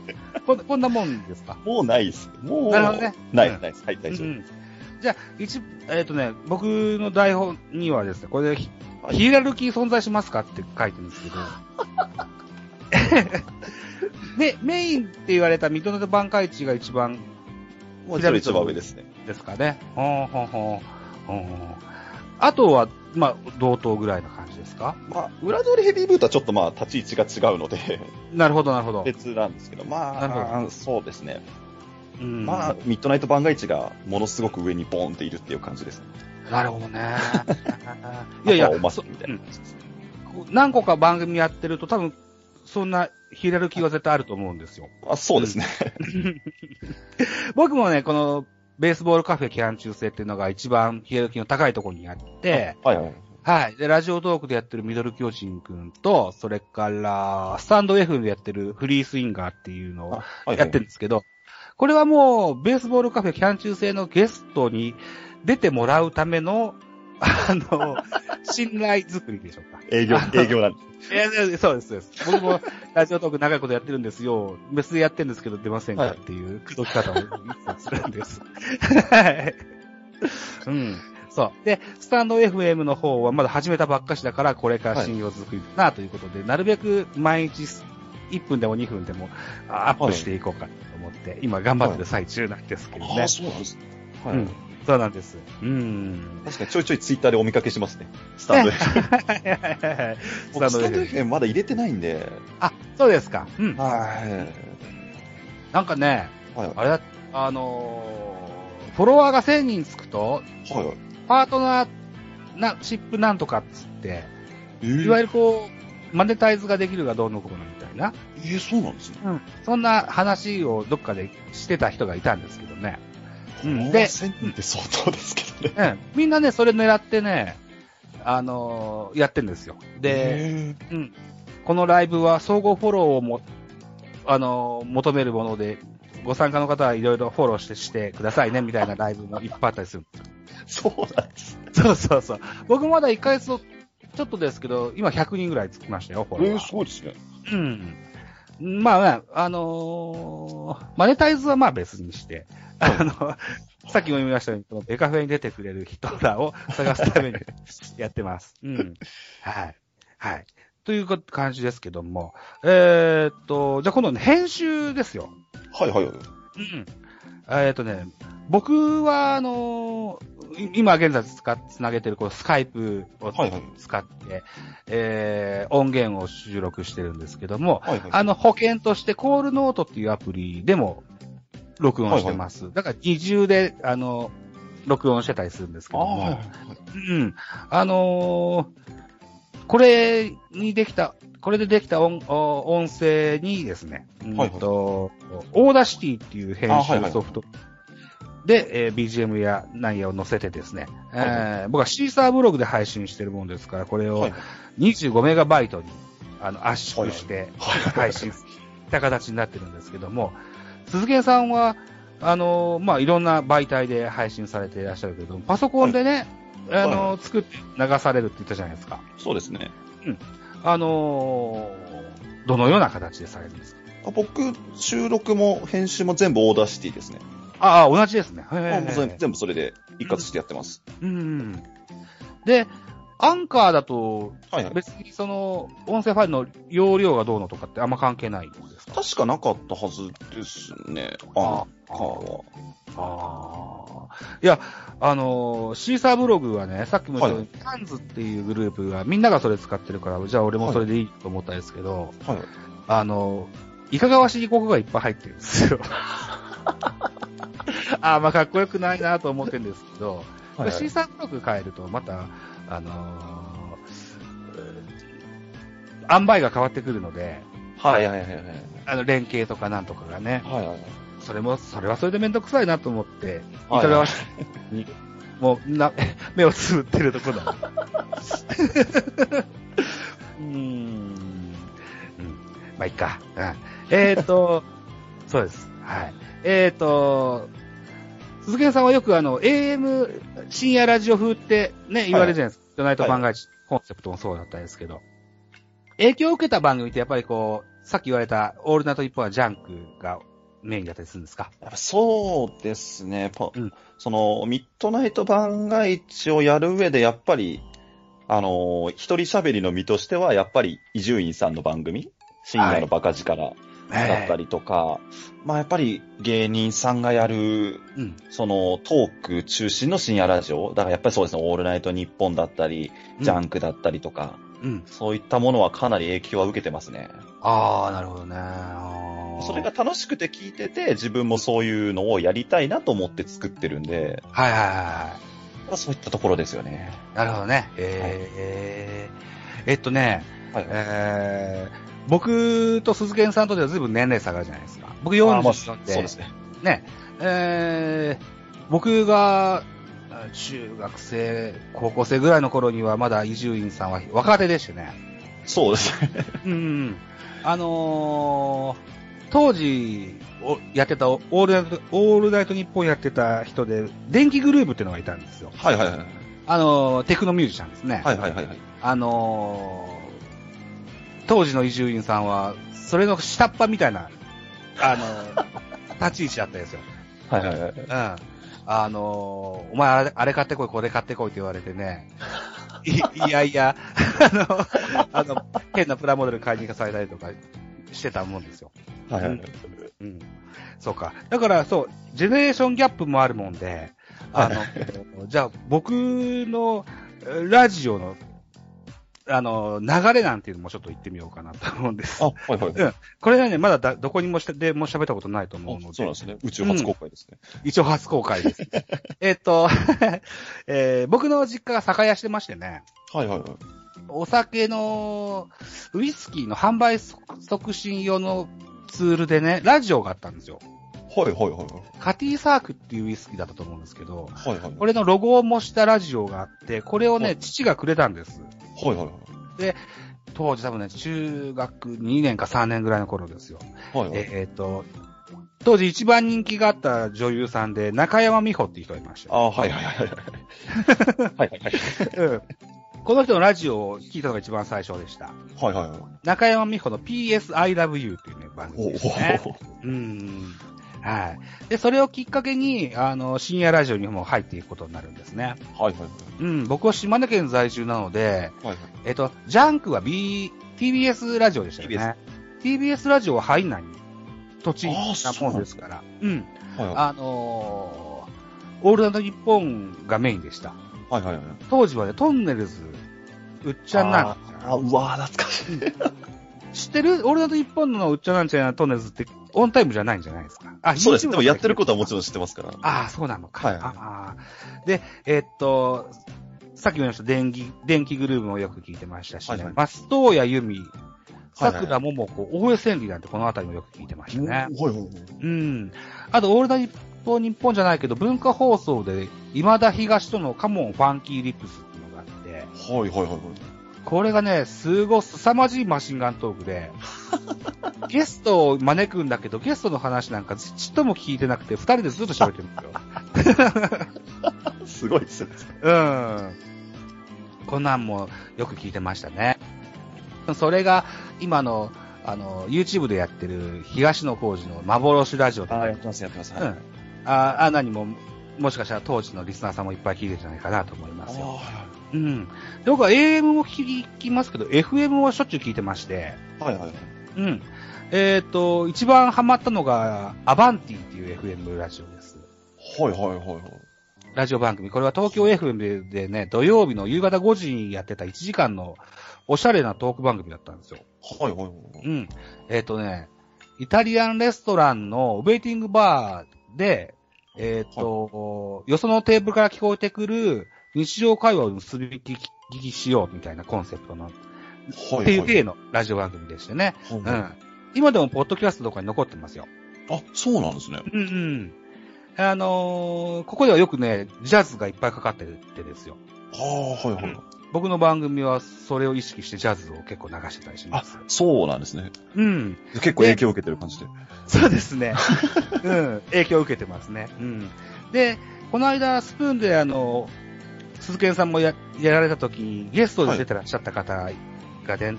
こんこんなもんですかもうないです。もう、なるほどねない、うんないです。はい、う大丈夫。ん。じゃあ、一、えっ、とね、僕の台本にはですね、これヒ、はいヒエラルキー存在しますかって書いてるんですけ ど、で、メインって言われたミッドナイト挽回値が一番もう一応一番上ですね。ですかね。ほんほんほん。ほんほんあとは、まあ、同等ぐらいな感じですかまあ、裏通りヘビーブートはちょっとまあ、立ち位置が違うので、 なるほど、なるほど。別なんですけど、なるほまあ、そうですね。うんまあ、ミッドナイト番外地がものすごく上にボーンっているっていう感じです。なるほどね。 いやいやあとはお、まそけみたいな感じです。何個か番組やってると多分、そんなヒエラルキーは絶対あると思うんですよ。あ、そうですね。僕もね、この、ベースボールカフェ期間中制っていうのが一番ヒエラルキーの高いところにあって、はいはい。はい。で、ラジオトークでやってるミドル巨人くんと、それから、スタンド F でやってるフリースインガーっていうのをあはいやってるんですけど、これはもう、ベースボールカフェキャン中制のゲストに出てもらうための、あ の、信頼作りでしょうか。営業あ、の営業なんでいや、いやそうです、そうです。僕もラジオトーク長いことやってるんですよ。別でやってるんですけど出ませんかっていう口説き方をいつもするんです。はい。うん。そう。で、スタンド FM の方はまだ始めたばっかしだから、これから信用作りだなということで、なるべく毎日1分でも2分でもあアップしていこうかと思って、今頑張ってる最中なんですけどね。あ、そうなんですね。はい。うんそうなんです。うん。確かにちょいちょいツイッターでお見かけしますね。スタン ド FM。僕スタンド FM まだ入れてないんで。あ、そうですか。うん。はい。なんかね、はい。はい。あれだ、あのーフォロワーが1000人つくと、はい。パートナーな、シップなんとかっつって、えいわゆる。るこう、マネタイズができるがどうのこうのみたいな、えー、そうなんですね。そんな話をどっかでしてた人がいたんですけどね。うんで、で1000人って相当ですけどね。うんみんなね、それ狙ってね、あのーやってんですよ。で、えこのライブは総合フォローをも、あのー求めるもので、ご参加の方はいろいろフォローしてしてくださいね、みたいなライブもいっぱいあったりするんですよー、そうなんですね。 そうそうそう。僕まだ1ヶ月のちょっとですけど、今100人ぐらいつきましたよ、これは。そうですね。うん。まあまあ、あのーマネタイズはまあ別にして、あの、さっきも言いましたように、このベカフェに出てくれる人らを 探すためにやってます。うん。はい。はい。というか感じですけども、えーっと、じゃあ今度ね、編集ですよ。はいはいはい。うん。えーっとね、僕は、あのーの、い今現在使っつなげてるこのスカイプをはいはい使って、えー音源を収録してるんですけども、はいはい。あの保険としてコールノートっていうアプリでも録音してます。だから二重で、あの、録音してたりするんですけあどあ、はもいは、うん。あのーこれにできた、これでできた音お音声にですね、うんはいはいとオーダーシティっていう編あはいは集いソフトで、えー BGM や何やを載せてですね、はいはえー僕はシーサーブログで配信してるもんですから、これい。はをい25メガバイトにあの圧縮して は配い。信した形になってるんですけども、鈴木さんは、あの、まあ、いろんな媒体で配信されていらっしゃるけど、パソコンでね、いあの、作って流されるって言ったじゃないですか。そうですね。あの、どのような形でされるんですかあ僕、収録も編集も全部オーダーシティですね。ああ、同じですね。へあもう全え。全部それで一括してやってます。うん。で、アンカーだと、はいはい。別にその、音声ファイルの容量がどうのとかってあんま関係ないんですか確かなかったはずですね。あカーあは。あ。いや、あのーシーサーブログはね、さっきも言ったように、キャンズっていうグループが、みんながそれ使ってるから、じゃあ俺もそれでいいと思ったんですけど、はい。あのーいかがわしい広告がいっぱい入ってるんです よ。ああ、まあかっこよくないなと思ってるんですけど、はいシーサーブログ変えると、また、あのー、塩梅が変わってくるので、はいはいはいはい。あの、連携とかなんとかがね、はいはい。それも、それはそれでめんどくさいなと思って、はいいかがわしいに、もうな、 目をつぶってるとこ だ。うーん。うんまあ、いいか。 うん、えっ、と、そうです。はい。えっ、と、鈴木さんはよくあの、AM 深夜ラジオ風ってね、言われるじゃないですか。じゃないと考えち、コンセプトもそうだったんですけど。影響を受けた番組ってやっぱりこう、さっき言われた、オールナイト日本はジャンクがメインだったりするんですかやっぱそうですね、パうんそのミッドナイト番外地をやる上で、やっぱり、あのー一人喋りの身としては、やっぱり伊集院さんの番組、深夜のバカ力だったり。りとか、まあやっぱり芸人さんがやる、うん。そのトーク中心の深夜ラジオ、だからやっぱりそうですね、オールナイト日本だったり、ジャンクだったりとか、うん。そういったものはかなり影響は受けてますね。ああ、なるほどね。あーそれが、楽しくて聞いてて、自分もそういうのをやりたいなと思って作ってるんで、はいはいはそういったところですよね。い。なるほどね。えーはいえーえっとね、はい。えー、僕と鈴木さんとではずいぶん年齢差があるじゃないですか。僕あまあ44で、そうですね。ね、えー、僕があ中学生、高校生ぐらいの頃にはまだ伊集院さんは若手でしたね。そうですね。うんうん。あのー当時お、やってたオールナイト、オールナイト日本やってた人で、電気グループっていうのがいたんですよ。はいはいはい。あのーテクノミュージシャンですね。はいはいはいはい。あのー当時の伊集院さんは、それの下っ端みたいな、あの ー立ち位置だったんですよ。はいはいはい。うん。あのーお前あれあれ買ってこい、これ買ってこいって言われてね。いいやいや、 あの、あの、変なプラモデル買いに行かされたりとかしてたもんですよ。はいはいはい。うん。そうか。だからそう、ジェネレーションギャップもあるもんで、あはの、 じゃあ僕のえーラジオの、あの、流れなんていうのもちょっと言ってみようかなと思うんですあ、。はいはいうんこれはね、まだだどこにもして、でも喋ったことないと思うあのそでうなん、ですね。宇宙初公開ですね。一応初公開 です。えっと、 えー僕の実家が酒屋してましてね、はいはいはい。お酒の、ウイスキーの販売促進用のツールでね、ラジオがあったんですよ。はいはいはいカティサークっていうウイスキーだったと思うんですけど、はい。はいはいこれのロゴを模したラジオがあって、これをはね、い父がくれたんです。はいはい当時多分ね、中学2年か3年ぐらいの頃ですよ。はい。はいはい。えーっと、当時一番人気があった女優さんで、中山美穂っていう人がいました。あ、はいはいはいはい。はいはいはい。うんこの人のラジオを聞いたのが一番最初でした。はいはいはい。中山美穂の PS I Love You っていうね、番組おですね。お。うん。はい。で、それをきっかけに、あの、深夜ラジオにも入っていくことになるんですね。はいはいうん、僕は島根県在住なので、はい。えっと、ジャンクは B、TBS ラジオでしたよね。TBS ラジオは入んない土地あーなもんですから。うん。はいはい。あのーオールナイト日本がメインでした。はいはいはい。当時はね、トンネルズ、うっちゃんなんちゃあ、うわー、懐かしい。ん。知ってるオールナイト日本のうっちゃんなんちゃんやトンネルズってオンタイムじゃないんじゃないですか。あ、そうです。 YouTube でもやってることはもだけどちろん知ってますから。ああ、そうなのか。はいああで、えっと、さっきも言いました、電気、電気グルーヴもよく聞いてましたし、はいねはい松任谷由実、はい桜桃子、大江千里なんてこの辺りもよく聞いてましたね。おはいはいはい。うん。あと、オールナイト日本じゃないけど、文化放送で、今田東とのカモンファンキーリップスっていうのがあって、はいはいはい。これがね、すごい凄まじいマシンガントークで、ゲストを招くんだけど、ゲストの話なんかちっとも聞いてなくて、二人でずっと喋ってるんですよ。すごいですね。うん。こんなんもよく聞いてましたね。それが、今の、あの、YouTube でやってる東野幸治の幻ラジオとか、やってます、やってます。うん。あ、あんなにも、もしかしたら当時のリスナーさんもいっぱい聞いてるんじゃないかなと思いますよ。うん。で、僕は AM も聞きますけど、FM はしょっちゅう聞いてまして、はいはいはい。うん。えっ、と、一番ハマったのが、アバンティっていう FM ラジオです。はいはいはいはい。ラジオ番組。これは東京 FM でね、土曜日の夕方5時にやってた1時間のおしゃれなトーク番組だったんですよ。はいはいはうい。ん。えっ、とね、イタリアンレストランのウェイティングバーで、えっ、と、よそのテーブルから聞こえてくる日常会話を結び聞きしようみたいなコンセプトの、はっていう体のラジオ番組でしてね。はいうはいん。今でもポッドキャストとかに残ってますよ。あ、そうなんですね。うんうん。あのーここではよくね、ジャズがいっぱいかかっててですよ。ああ、はいはうい。僕の番組はそれを意識してジャズを結構流してたりしまあす。、そうなんですね。うん。結構影響を受けてる感じで。そうですね。 うん。影響を受けてますね。うん。で、この間、スプーンであの、鈴研さんもや、やられた時に、ゲストで出てらっしゃった方がで、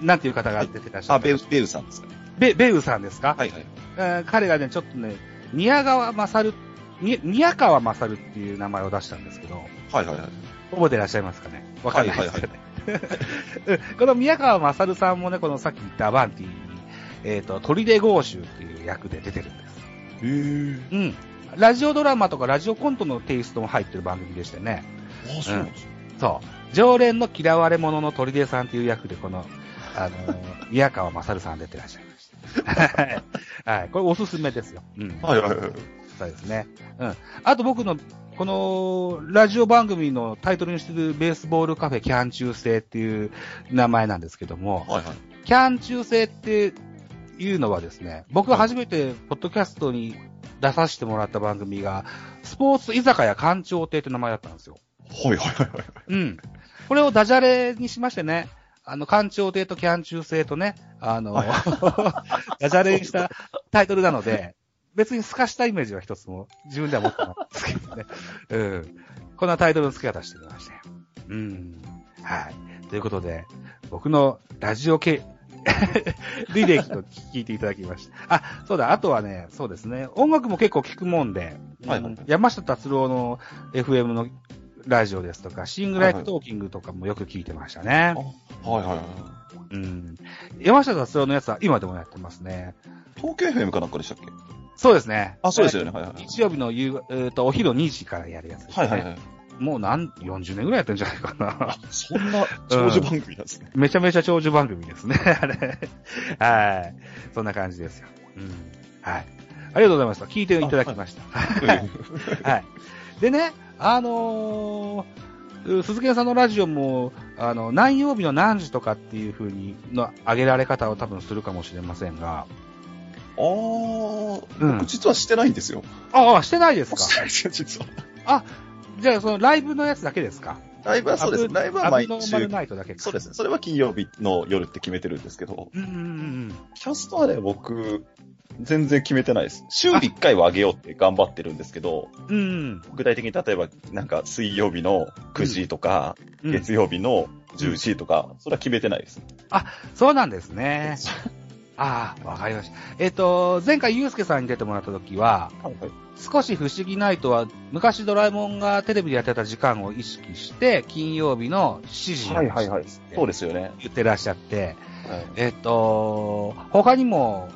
なんていう方が出てらっしゃあ、った、ベウ、ベウさんですかね。ベ、ベウさんですか、はいはい。えー彼がね、ちょっとね、宮川勝、み宮川勝っていう名前を出したんですけど、はいはいはい。覚えてらっしゃいますかねわかんないですはいけどね。 うんこの宮川勝さんもね、このさっき言ったアバンティに、えっ、と、鳥出豪州っていう役で出てるんです。へーうん。ラジオドラマとかラジオコントのテイストも入ってる番組でしてね。あ、そうなんですね。そう。常連の嫌われ者の鳥出さんっていう役で、この、あの ー宮川勝さん出てらっしゃいました。 はいはい。これおすすめですよ。うん。はいはいはい。そうですね。うん。あと僕の、この、ラジオ番組のタイトルにしてるベースボールカフェキャン中制っていう名前なんですけども、はいはい。キャン中制っていうのはですね、僕が初めてポッドキャストに出させてもらった番組が、スポーツ居酒屋館長亭って名前だったんですよ。はいはいはいはい。うん。これをダジャレにしましてね、あの、館長亭とキャン中制とね、あの、 ダジャレにしたタイトルなので、別に透かしたイメージは一つも自分では持ってないんですけどね。うん。こんなタイトルの付け方してみましたよ。うん。はい。ということで、僕のラジオ系、 履歴を聞いていただきました。あ、そうだ、あとはね、そうですね、音楽も結構聞くもんで、はいはいうん山下達郎の FM のラジオですとか、シングライトトーキングとかもよく聞いてましたね。あはいはいはい。うん。山下達郎のやつは今でもやってますね。東京 FM かなんかでしたっけそうですね。あ、そうですよね。はいはいはい。日曜日の夕方、えーと、お昼2時からやるやつです、ね。はいはいはい。もうなん、40年ぐらいやってるんじゃないかな。 そんな長寿番組なんですね。めちゃめちゃ長寿番組ですね、 あれ。はい。そんな感じですよ。うん。はい。ありがとうございました。聞いていただきました。はい。でね、あのー、鈴木さんのラジオも、あの、何曜日の何時とかっていう風にの上げられ方を多分するかもしれませんが、あー、うん僕実はしてないんですよ。ああ、してないですかしてないですよ、実は。じゃあ、そのライブのやつだけですかライブはそうです。ライブは毎アブノーマル週。ナイトだけかそうですね。それは金曜日の夜って決めてるんですけど、うんうんうんキャストはね、僕、全然決めてないです。週1回は上げようって頑張ってるんですけど、うん。うん具体的に例えば、なんか水曜日の9時とか、うん。うん月曜日の10時とか、それは決めてないです。そうなんですね。ああ、わかりました。えっ、と、前回、ゆうすけさんに出てもらった時は、はいはい少し不思議ないとは、昔ドラえもんがテレビでやってた時間を意識して、金曜日の7時にはいはいはい。そうですよね。言ってらっしゃって、はいえっ、と、他にも、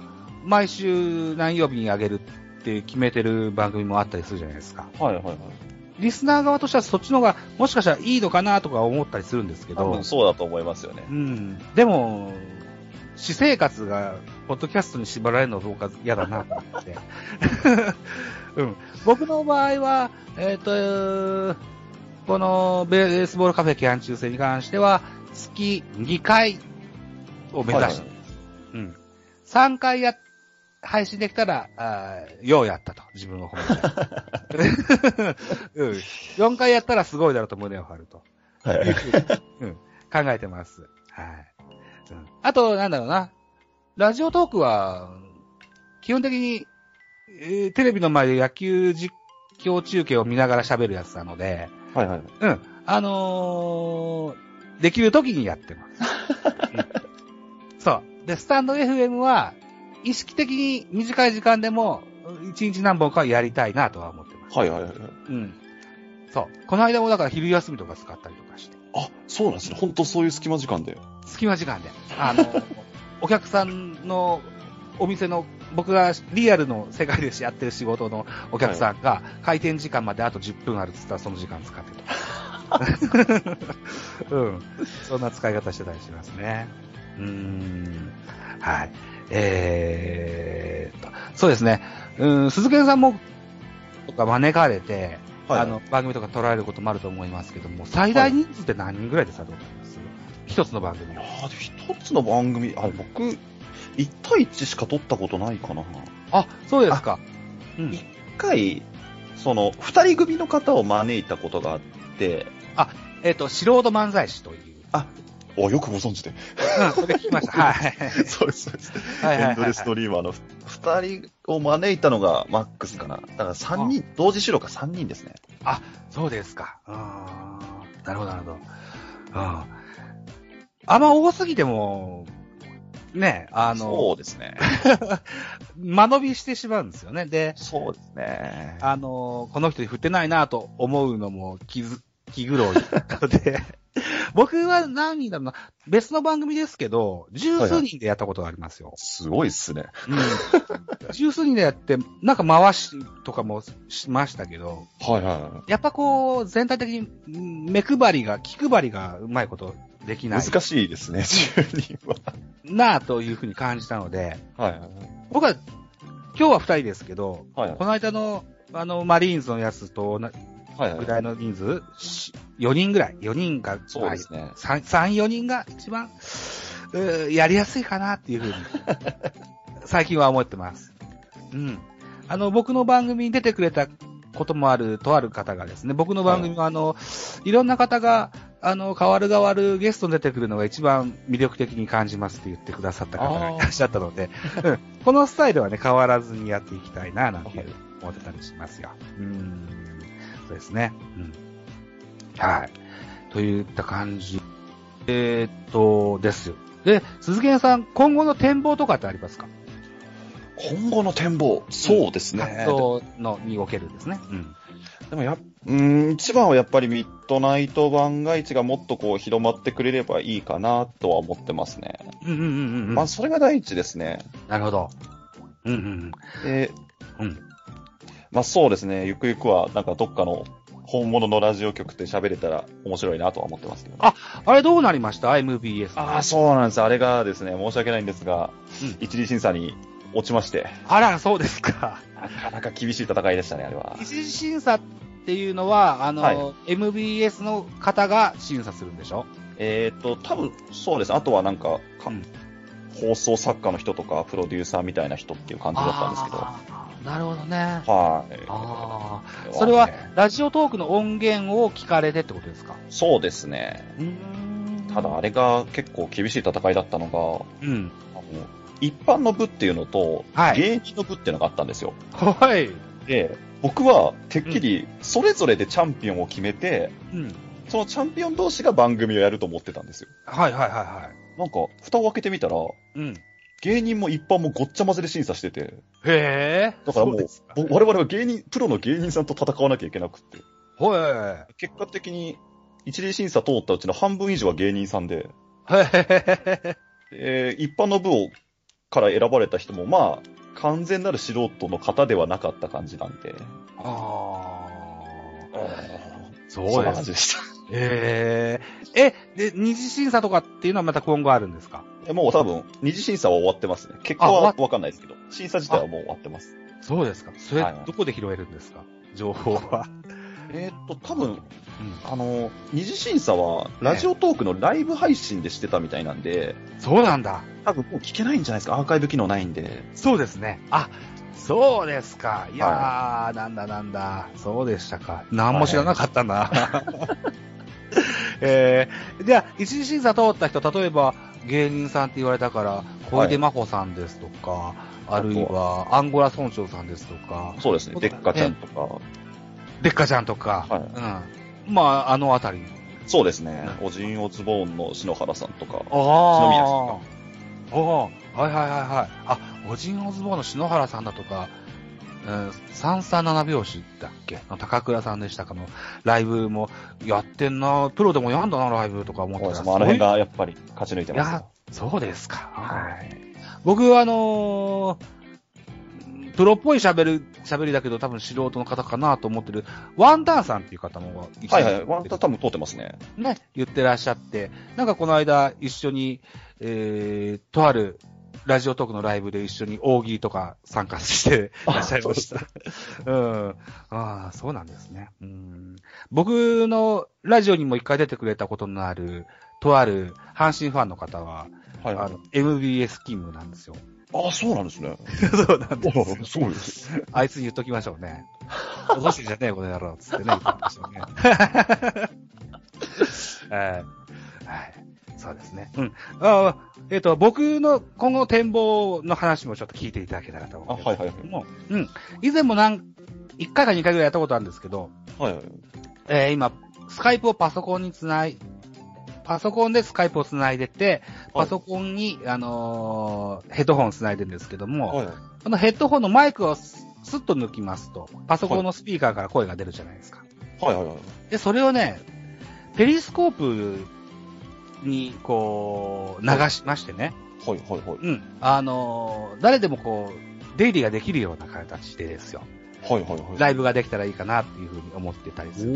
毎週何曜日にあげるって決めてる番組もあったりするじゃないですか。はいはいはい。リスナー側としてはそっちの方がもしかしたらいいのかなとか思ったりするんですけ多ど分、そうだと思いますよねう。ん。でも、私生活が、ポッドキャストに縛られるのは僕は嫌だ なと思って。うん。僕の場合は、えっ、と、このベースボールカフェ期間中戦に関しては、月2回を目指して、はいはいうん。3回や、配信できたら、あーようやったと、自分の方 で。うん。4回やったらすごいだろうと胸を張ると。はいはいうん、考えてます。はい。うんあと、なんだろうな。ラジオトークは、基本的に、えーテレビの前で野球実況中継を見ながら喋るやつなので、はいはい。うん。あのーできる時にやってます。うん そう。で、スタンド FM は、意識的に短い時間でも、1日何本かはやりたいなとは思ってます。はいはいはい。うん。そう。この間もだから昼休みとか使ったりとかして。あ、そうなんですね。本当そういう隙間時間で。隙間時間で、あの、 お客さんのお店の、僕がリアルの世界でやってる仕事のお客さんが、開店時間まであと10分あるっつったらその時間使って た。うん。そんな使い方してたりしますね。うーん。はい。えーっと、そうですね。うん、鈴木さんも、とか招かれて、はい。あの、番組とか捉えることもあると思いますけども、最大人数って何人ぐらいでさ、どう思います一つの番組いをや。ーでも一つの番組、あ、僕、1対1しか撮ったことないかな。あ、そうですか。うんい。一回、その、二人組の方を招いたことがあって、えっ、と、素人漫才師という。あ、よくご存知で。うん、それ聞きました。 はい。 そうです、そうです。はいはいエンドレスドリーマーの二人を招いたのがマックスかな。だから三人、同時収録が三人ですね。そうですか。あーなるほど、なるほど。うん。あんま多すぎても、ね、あその、うで すね。間延びしてしまうんですよね。で、そうですね。あの、この人に振ってないなと思うのも気づ、 気苦労なので、僕は何人だろうな、別の番組ですけど、十数人でやったことがありますよ。すごいっすね。うん。十数人でやって、なんか回しとかもしましたけど、はいはいはやっぱこう、全体的にん目配りが、気配りがうまいことできい。ない難しいですね、10人は。なあというふうに感じたので、はいはい僕は、今日は二人ですけど、はい。はいこの間の、あの、マリーンズのやつと同じはいぐはらい。いの人数、し4人ぐらい、4人が、そうですね。 3、3 4人が一番、うーやりやすいかなって いうふうに、最近は思ってます。うん。あの、僕の番組に出てくれたこともある、とある方がですね、僕の番組はあの、い、ろんな方が、あの、変わる変わるゲストに出てくるのが一番魅力的に感じますって言ってくださった方がいらっしゃったので、うんこのスタイルはね、変わらずにやっていきたいな、なんていう思ってたりしますよ。うん。そうですね。うん。はい。といった感じ。えーっと、です。で、鈴木さん、今後の展望とかってありますか今後の展望。そうですね活。動のにおけるですね。うん。でもやっ、うーん、一番はやっぱりミッドナイト番外地がもっとこう広まってくれればいいかなとは思ってますね。うんうんうんうん。まあ、それが第一ですね。なるほど。うんうんで、うんまあそうですね、ゆくゆくはなんかどっかの本物のラジオ局で喋れたら面白いなとは思ってますけど、あうん。あれどうなりました ?MBS。あー、そうなんです。あれがですね、申し訳ないんですが、うん一次審査に落ちまして、あら、そうです か。なかなか厳しい戦いでしたね、あれは一。次審査っていうのは、あの、はい MBS の方が審査するんでしょえっ、と、多分そうです。あとはなんか、かうん放送作家の人とか、プロデューサーみたいな人っていう感じだったんですけど、あーなるほどね。はい。ああ。こそれはね、ラジオトークの音源を聞かれてってことですかそうですね。ただ、あれが結構厳しい戦いだったのが、うん。あの一般の部っていうのと、はい芸人の部っていうのがあったんですよ。はい。で、僕はてっきりそれぞれでチャンピオンを決めて、うん。そのチャンピオン同士が番組をやると思ってたんですよ。はいはいはいはなんか、蓋を開けてみたら、い。うん。芸人も一般もごっちゃ混ぜで審査してて、へえ。だからも、そうですかぼ我々は芸人、プロの芸人さんと戦わなきゃいけなくって、はい。結果的に一例審査通ったうちの半分以上は芸人さんで、 へへへへへえー一般の部をから選ばれた人もまあ、完全なる素人の方ではなかった感じなんで、ああ。そそんうなで感す。じでした。えええ、で、二次審査とかっていうのはまた今後あるんですかいやもう多分、二次審査は終わってますね。結果あ終わはっわかんないですけど、審査自体はもう終わってます。そうですか。そはいれはい、どこで拾えるんですか情報は。えーっと、多分、あの、二次審査は、ラジオトークのライブ配信でしてたみたいなんで、そうなんだ。多分もう聞けないんじゃないですか、アーカイブ機能ないんで。そうですね。あ、そうですか。いやー、なんだなんだ。そうでしたか。何も知らなかったな。 えー、じゃあ、一次審査通った人、例えば芸人さんって言われたから、小出真帆さんですとか、あるいはアンゴラ村長さんですとか、そうですね、そうでだっねかちゃんとか。でっかちゃんとか、はうん。まあ、あのあたり。そうですね、おじんおズボーンの篠原さんとか。ああ。篠宮ああ。はいはいはいはい。あ、おじんおずぼうの篠原さんだとか、うん、三三七拍子だっけの高倉さんでしたかの、ライブもやってんな、プロでもやんだな、ライブとか思っそうてたですらねあの辺がやっぱり勝ち抜いていますやよ。、そうですか。ははい。僕はあのープロっぽい喋る、喋りだけど多分素人の方かなと思ってる、ワンダンさんっていう方も、はいはい、ワンタ多分通ってますね。ね、言ってらっしゃって、なんかこの間一緒に、えー、とあるラジオトークのライブで一緒に大喜利とか参加してらっしゃいました。うん。ああ、そうなんですね。うん。僕のラジオにも一回出てくれたことのある、とある阪神ファンの方は、はいはあいの、MBS 勤務なんですよ。あ、そうなんですね。 そうなんあですよ。すごいです。あいつに言っときましょう ね。落としてんじゃねえ、この野郎、つってね、言ってましたね。はい。はい。そうですね。うん。あーえっ、と、僕の今後の展望の話もちょっと聞いていただけたらと思あ、うんではいすはいはいけ。ども、うん。以前もなん、1回か2回ぐらいやったことあるんですけど、はいはい。えー今、スカイプをパソコンにつない、パソコンでスカイプをつないでて、パソコンに、あのーヘッドホンつないでるんですけども、はい。このヘッドホンのマイクをススッと抜きますと、パソコンのスピーカーから声が出るじゃないですか。はいはいはい。で、それをね、ペリスコープに、こう、流しましてね。はいはいはい。うん。あのー誰でもこう、出入りができるような形でですよ。はいはいはい。ライブができたらいいかなっていうふうに思ってたりする。お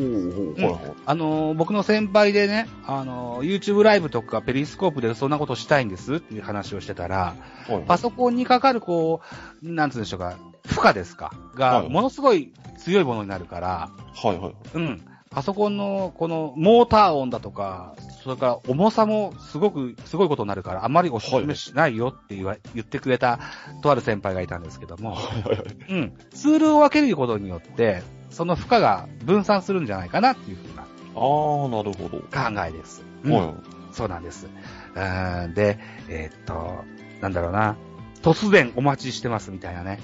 ー、はいはい。あのー僕の先輩でね、あのー YouTube ライブとかペリスコープでそんなことしたいんですっていう話をしてたら、はいパソコンにかかる、こう、なんつうんでしょうか、負荷ですかはが、いものすごい強いものになるから、はいはい。うん。パソコンの、この、モーター音だとか、それから重さもすごく、すごいことになるから、あまりお勧めしないよって言わ、言ってくれた、とある先輩がいたんですけども、はいはいはい。うん。ツールを分けることによって、その負荷が分散するんじゃないかなっていうふうなあー、なるほど。考えです。うんはい。そうなんです。うーんで、えーっと、なんだろうな。突然お待ちしてますみたいな ね。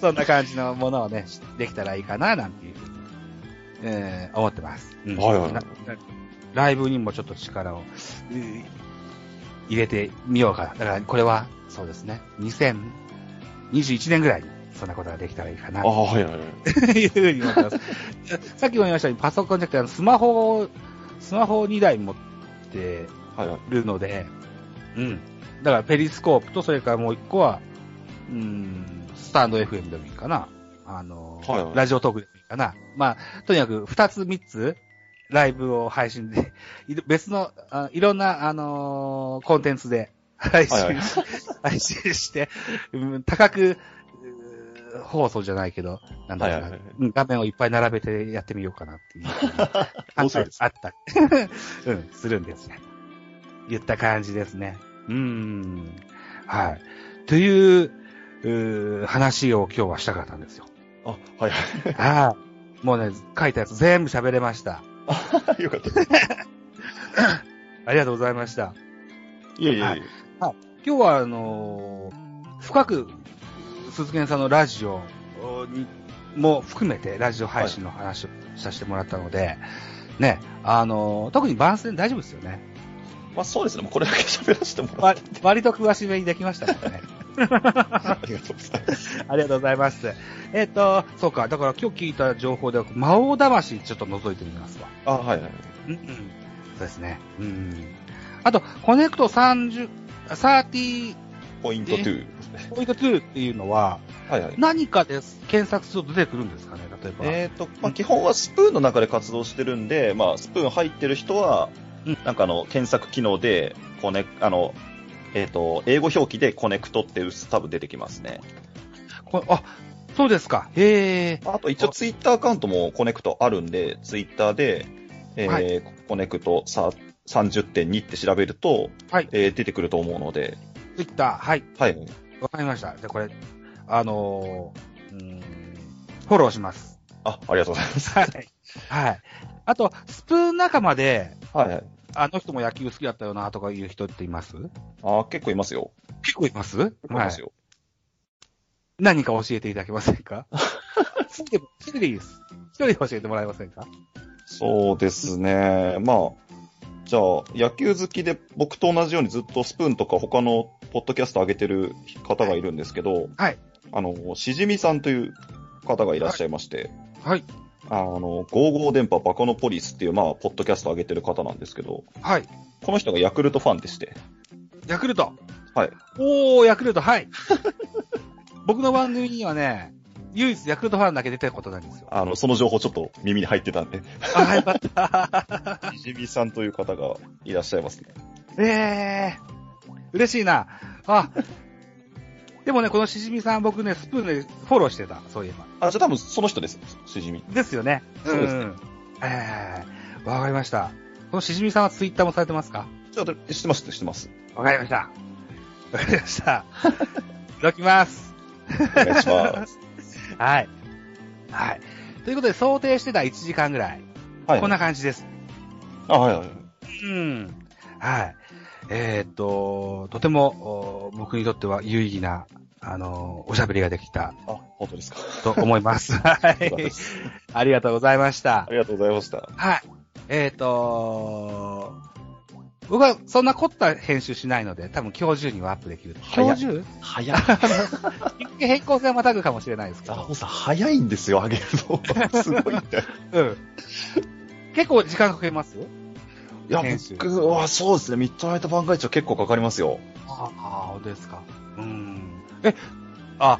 そんな感じのものをね、しできたらいいかな、なんていうふうに、えー思ってます。うんはいはいはないライブにもちょっと力を、えー入れてみようかな。だから、これは、そうですね。2021年ぐらいに、そんなことができたらいいかなあー、。はいはいはい。っていうふうに思ってます。さっきも言いましたように、パソコンじゃなくてあの、スマホを、スマホを2台持ってはいはい。るので、うん。だから、ペリスコープと、それからもう1個は、うん、スタンド FM でもいいかな。あの、はいはいラジオトークでもいいかな。まあ、とにかく、2つ3つ、ライブを配信で、いろ別の、あいろんな、あのーコンテンツで 配信し、はいはい配信して、うん高く、うー放送じゃないけど、なんだろうなはいはいはいうん画面をいっぱい並べてやってみようかなっていう。 面白いですあった。 うん、するんですね。言った感じですね。うーん。はい。という、うー話を今日はしたかったんです よ。あ、はいはああ。もうね、書いたやつ全部喋れました。い。よ かったです。ありがとうございました。いやいはやいいや。今日は、あのー深く、鈴木さんのラジオにも含めて、ラジオ配信の話をさせてもらったので、ね、あのー特に番宣大丈夫ですよね。まあそうですね、もうこれだけ喋らせてもらっ割割と詳しめにできましたも んね。て。ありがとうございます。ありがとうございます。えっ、と、そうか、だから今日聞いた情報では、魔王魂ちょっと覗いてみますわ。あ、はいはい。うんうん。そうですね。うん。あと、コネクト30、30、ポイント2。ポイント2っていうのは、はいはい。何かで検索すると出てくるんですかね、例えば。えーとまあ、基本はスプーンの中で活動してるんで、まあ、スプーン入ってる人はうん、なんかあの検索機能でコネ、あのえー、と英語表記でコネクトっていうタブ出てきますね。こあ、そうですか。へえ。あと一あ応、ツイッターアカウントもコネクトあるんで、ツイッターで、えーはコネクトさ30.2って調べると、はいえー出てくると思うので、ツイッター、はい。はい、わかりました。じゃあこれ、あのーうーん、フォローします。あありがとうございます。はい。はい。あと、スプーン仲間で、はいはい、あの人も野球好きだったよな、とかいう人っていますあー結構いますよ。結構います結構いはまいす。よ。何か教えていただけません か一人でも一人でいいです。一人で教えてもらえませんかそうですね。まあ、じゃあ、野球好きで僕と同じようにずっとスプーンとか他のポッドキャスト上げてる方がいるんですけど、はい。あの、しじみさんという方がいらっしゃいまして、はい。あの、55電波バカのポリスっていう、まあ、ポッドキャスト上げてる方なんですけど、はい。この人がヤクルトファンでして、ヤクルト。はい。おー、ヤクルト、はい。 僕の番組にはね、唯一ヤクルトファンだけ出てることなんですよ。あの、その情報ちょっと耳に入ってたん で、あ、よかった。しじみさんという方がいらっしゃいますね。ええ嬉しいな。あ、でもね、このしじみさん、僕ね、スプーンでフォローしてた、そういえば。あ、じゃあ多分その人です、しじみ。ですよね。そうですね。ええわかりました。このしじみさんはツイッターもされてますかじゃあ、知ってます、知って ます。わかりました。わかりました。 いただきます。お願いします。はい。はい。ということで、想定してた1時間ぐらい。はい。こんな感じです。あ、はいはい。うん。はい。えーっと、とても、お僕にとっては有意義な、あのおしゃべりができたあ、本当です か。と思い ます。はよかったでい。すありがとうございましたあ。りがとうございました。はい。えっ、と僕はそんな凝った編集しないので、多分今日中にはアップできる。早い今日中早い。日付変更線をまたぐかもしれないですけザど。ホさん、早いんですよ、上げるの。す ごいんだよ。うん。結構時間かけますいや編集、僕はそうですね、ミッドナイト番外地は結構かかりますよ。ああ、本当ですか。うん。え、あ、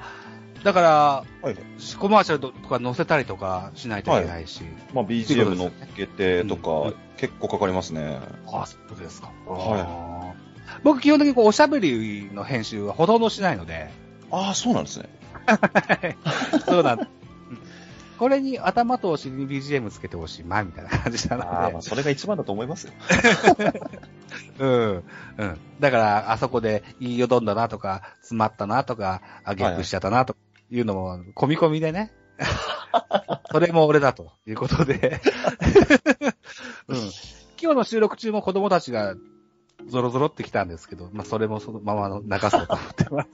だから、はいコマーシャルとか載せたりとかしないといけないし。まあ、BGM 乗っけてうとんうんか、結構かかりますね。ああ、そうですか。はいい。僕基本的にこうおしゃべりの編集はほとんどしないので。ああ、そうなんですね。そうなんだ。これに頭とお尻に BGM つけてほしい、まあ、みたいな感じなああ、まのあ、それが一番だと思います よ。で。うん。うん。だから、あそこで言いよどんだなとか、詰まったなとか、あげくしちゃったなというのも、込み込みでね。 それも俺だということ で。うん。今日の収録中も子供たちがゾロゾロってきたんですけど、まあ、それもそのままの流そうと思ってま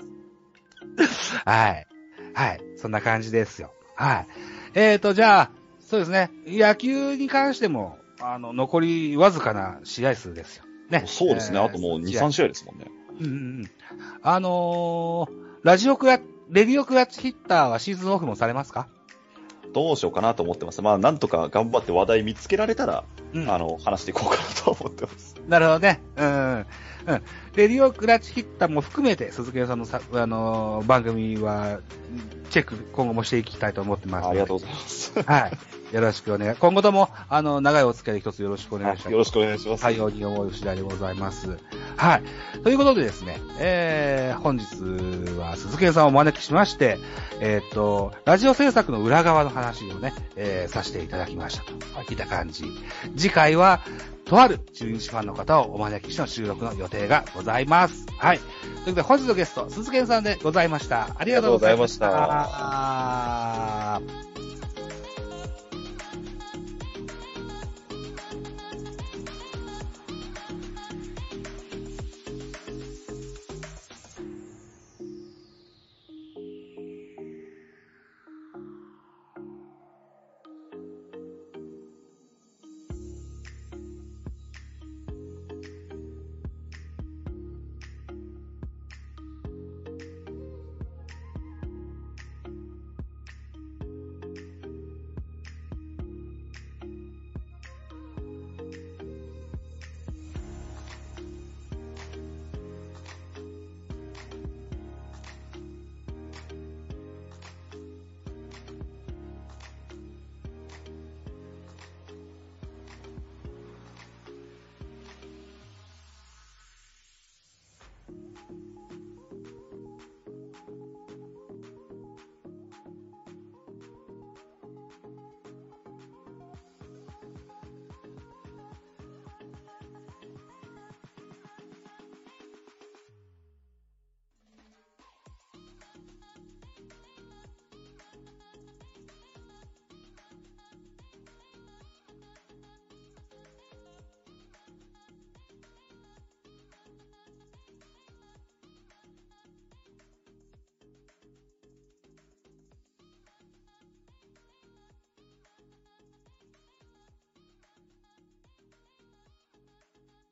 す。 はい。はい。そんな感じですよ。はい。えーと、じゃあ、そうですね。野球に関しても、あの、残りわずかな試合数ですよ。ね。そうですね、えーあともう2、試合3試合ですもんね。うんうんうん。あのー、ラジオクラ、レディオクラッチヒッターはシーズンオフもされますかどうしようかなと思ってます。まあ、なんとか頑張って話題見つけられたら、うんあの、話していこうかなと思ってます。なるほどね。うん。うん。レディオクラッチヒッターも含めて、鈴木さんのさ、あのー番組は、チェック、今後もしていきたいと思ってます。ありがとううございます。はい。よろしくお願い。今後とも、あの、長いお付き合い一つよろしくお願いしますよ。ろしくお願いします。対応に思う次第でございます。はい。ということでですね、えー、本日は鈴木さんをお招きしまして、えーっ、と、ラジオ制作の裏側の話をね、えーさせていただきましたと。聞いた感じ。次回は、とある中日ファンの方をお招きしての収録の予定がございます。はい。ということで、本日のゲスト、鈴木さんでございました。ありがとうございました。ありがとうござまいした。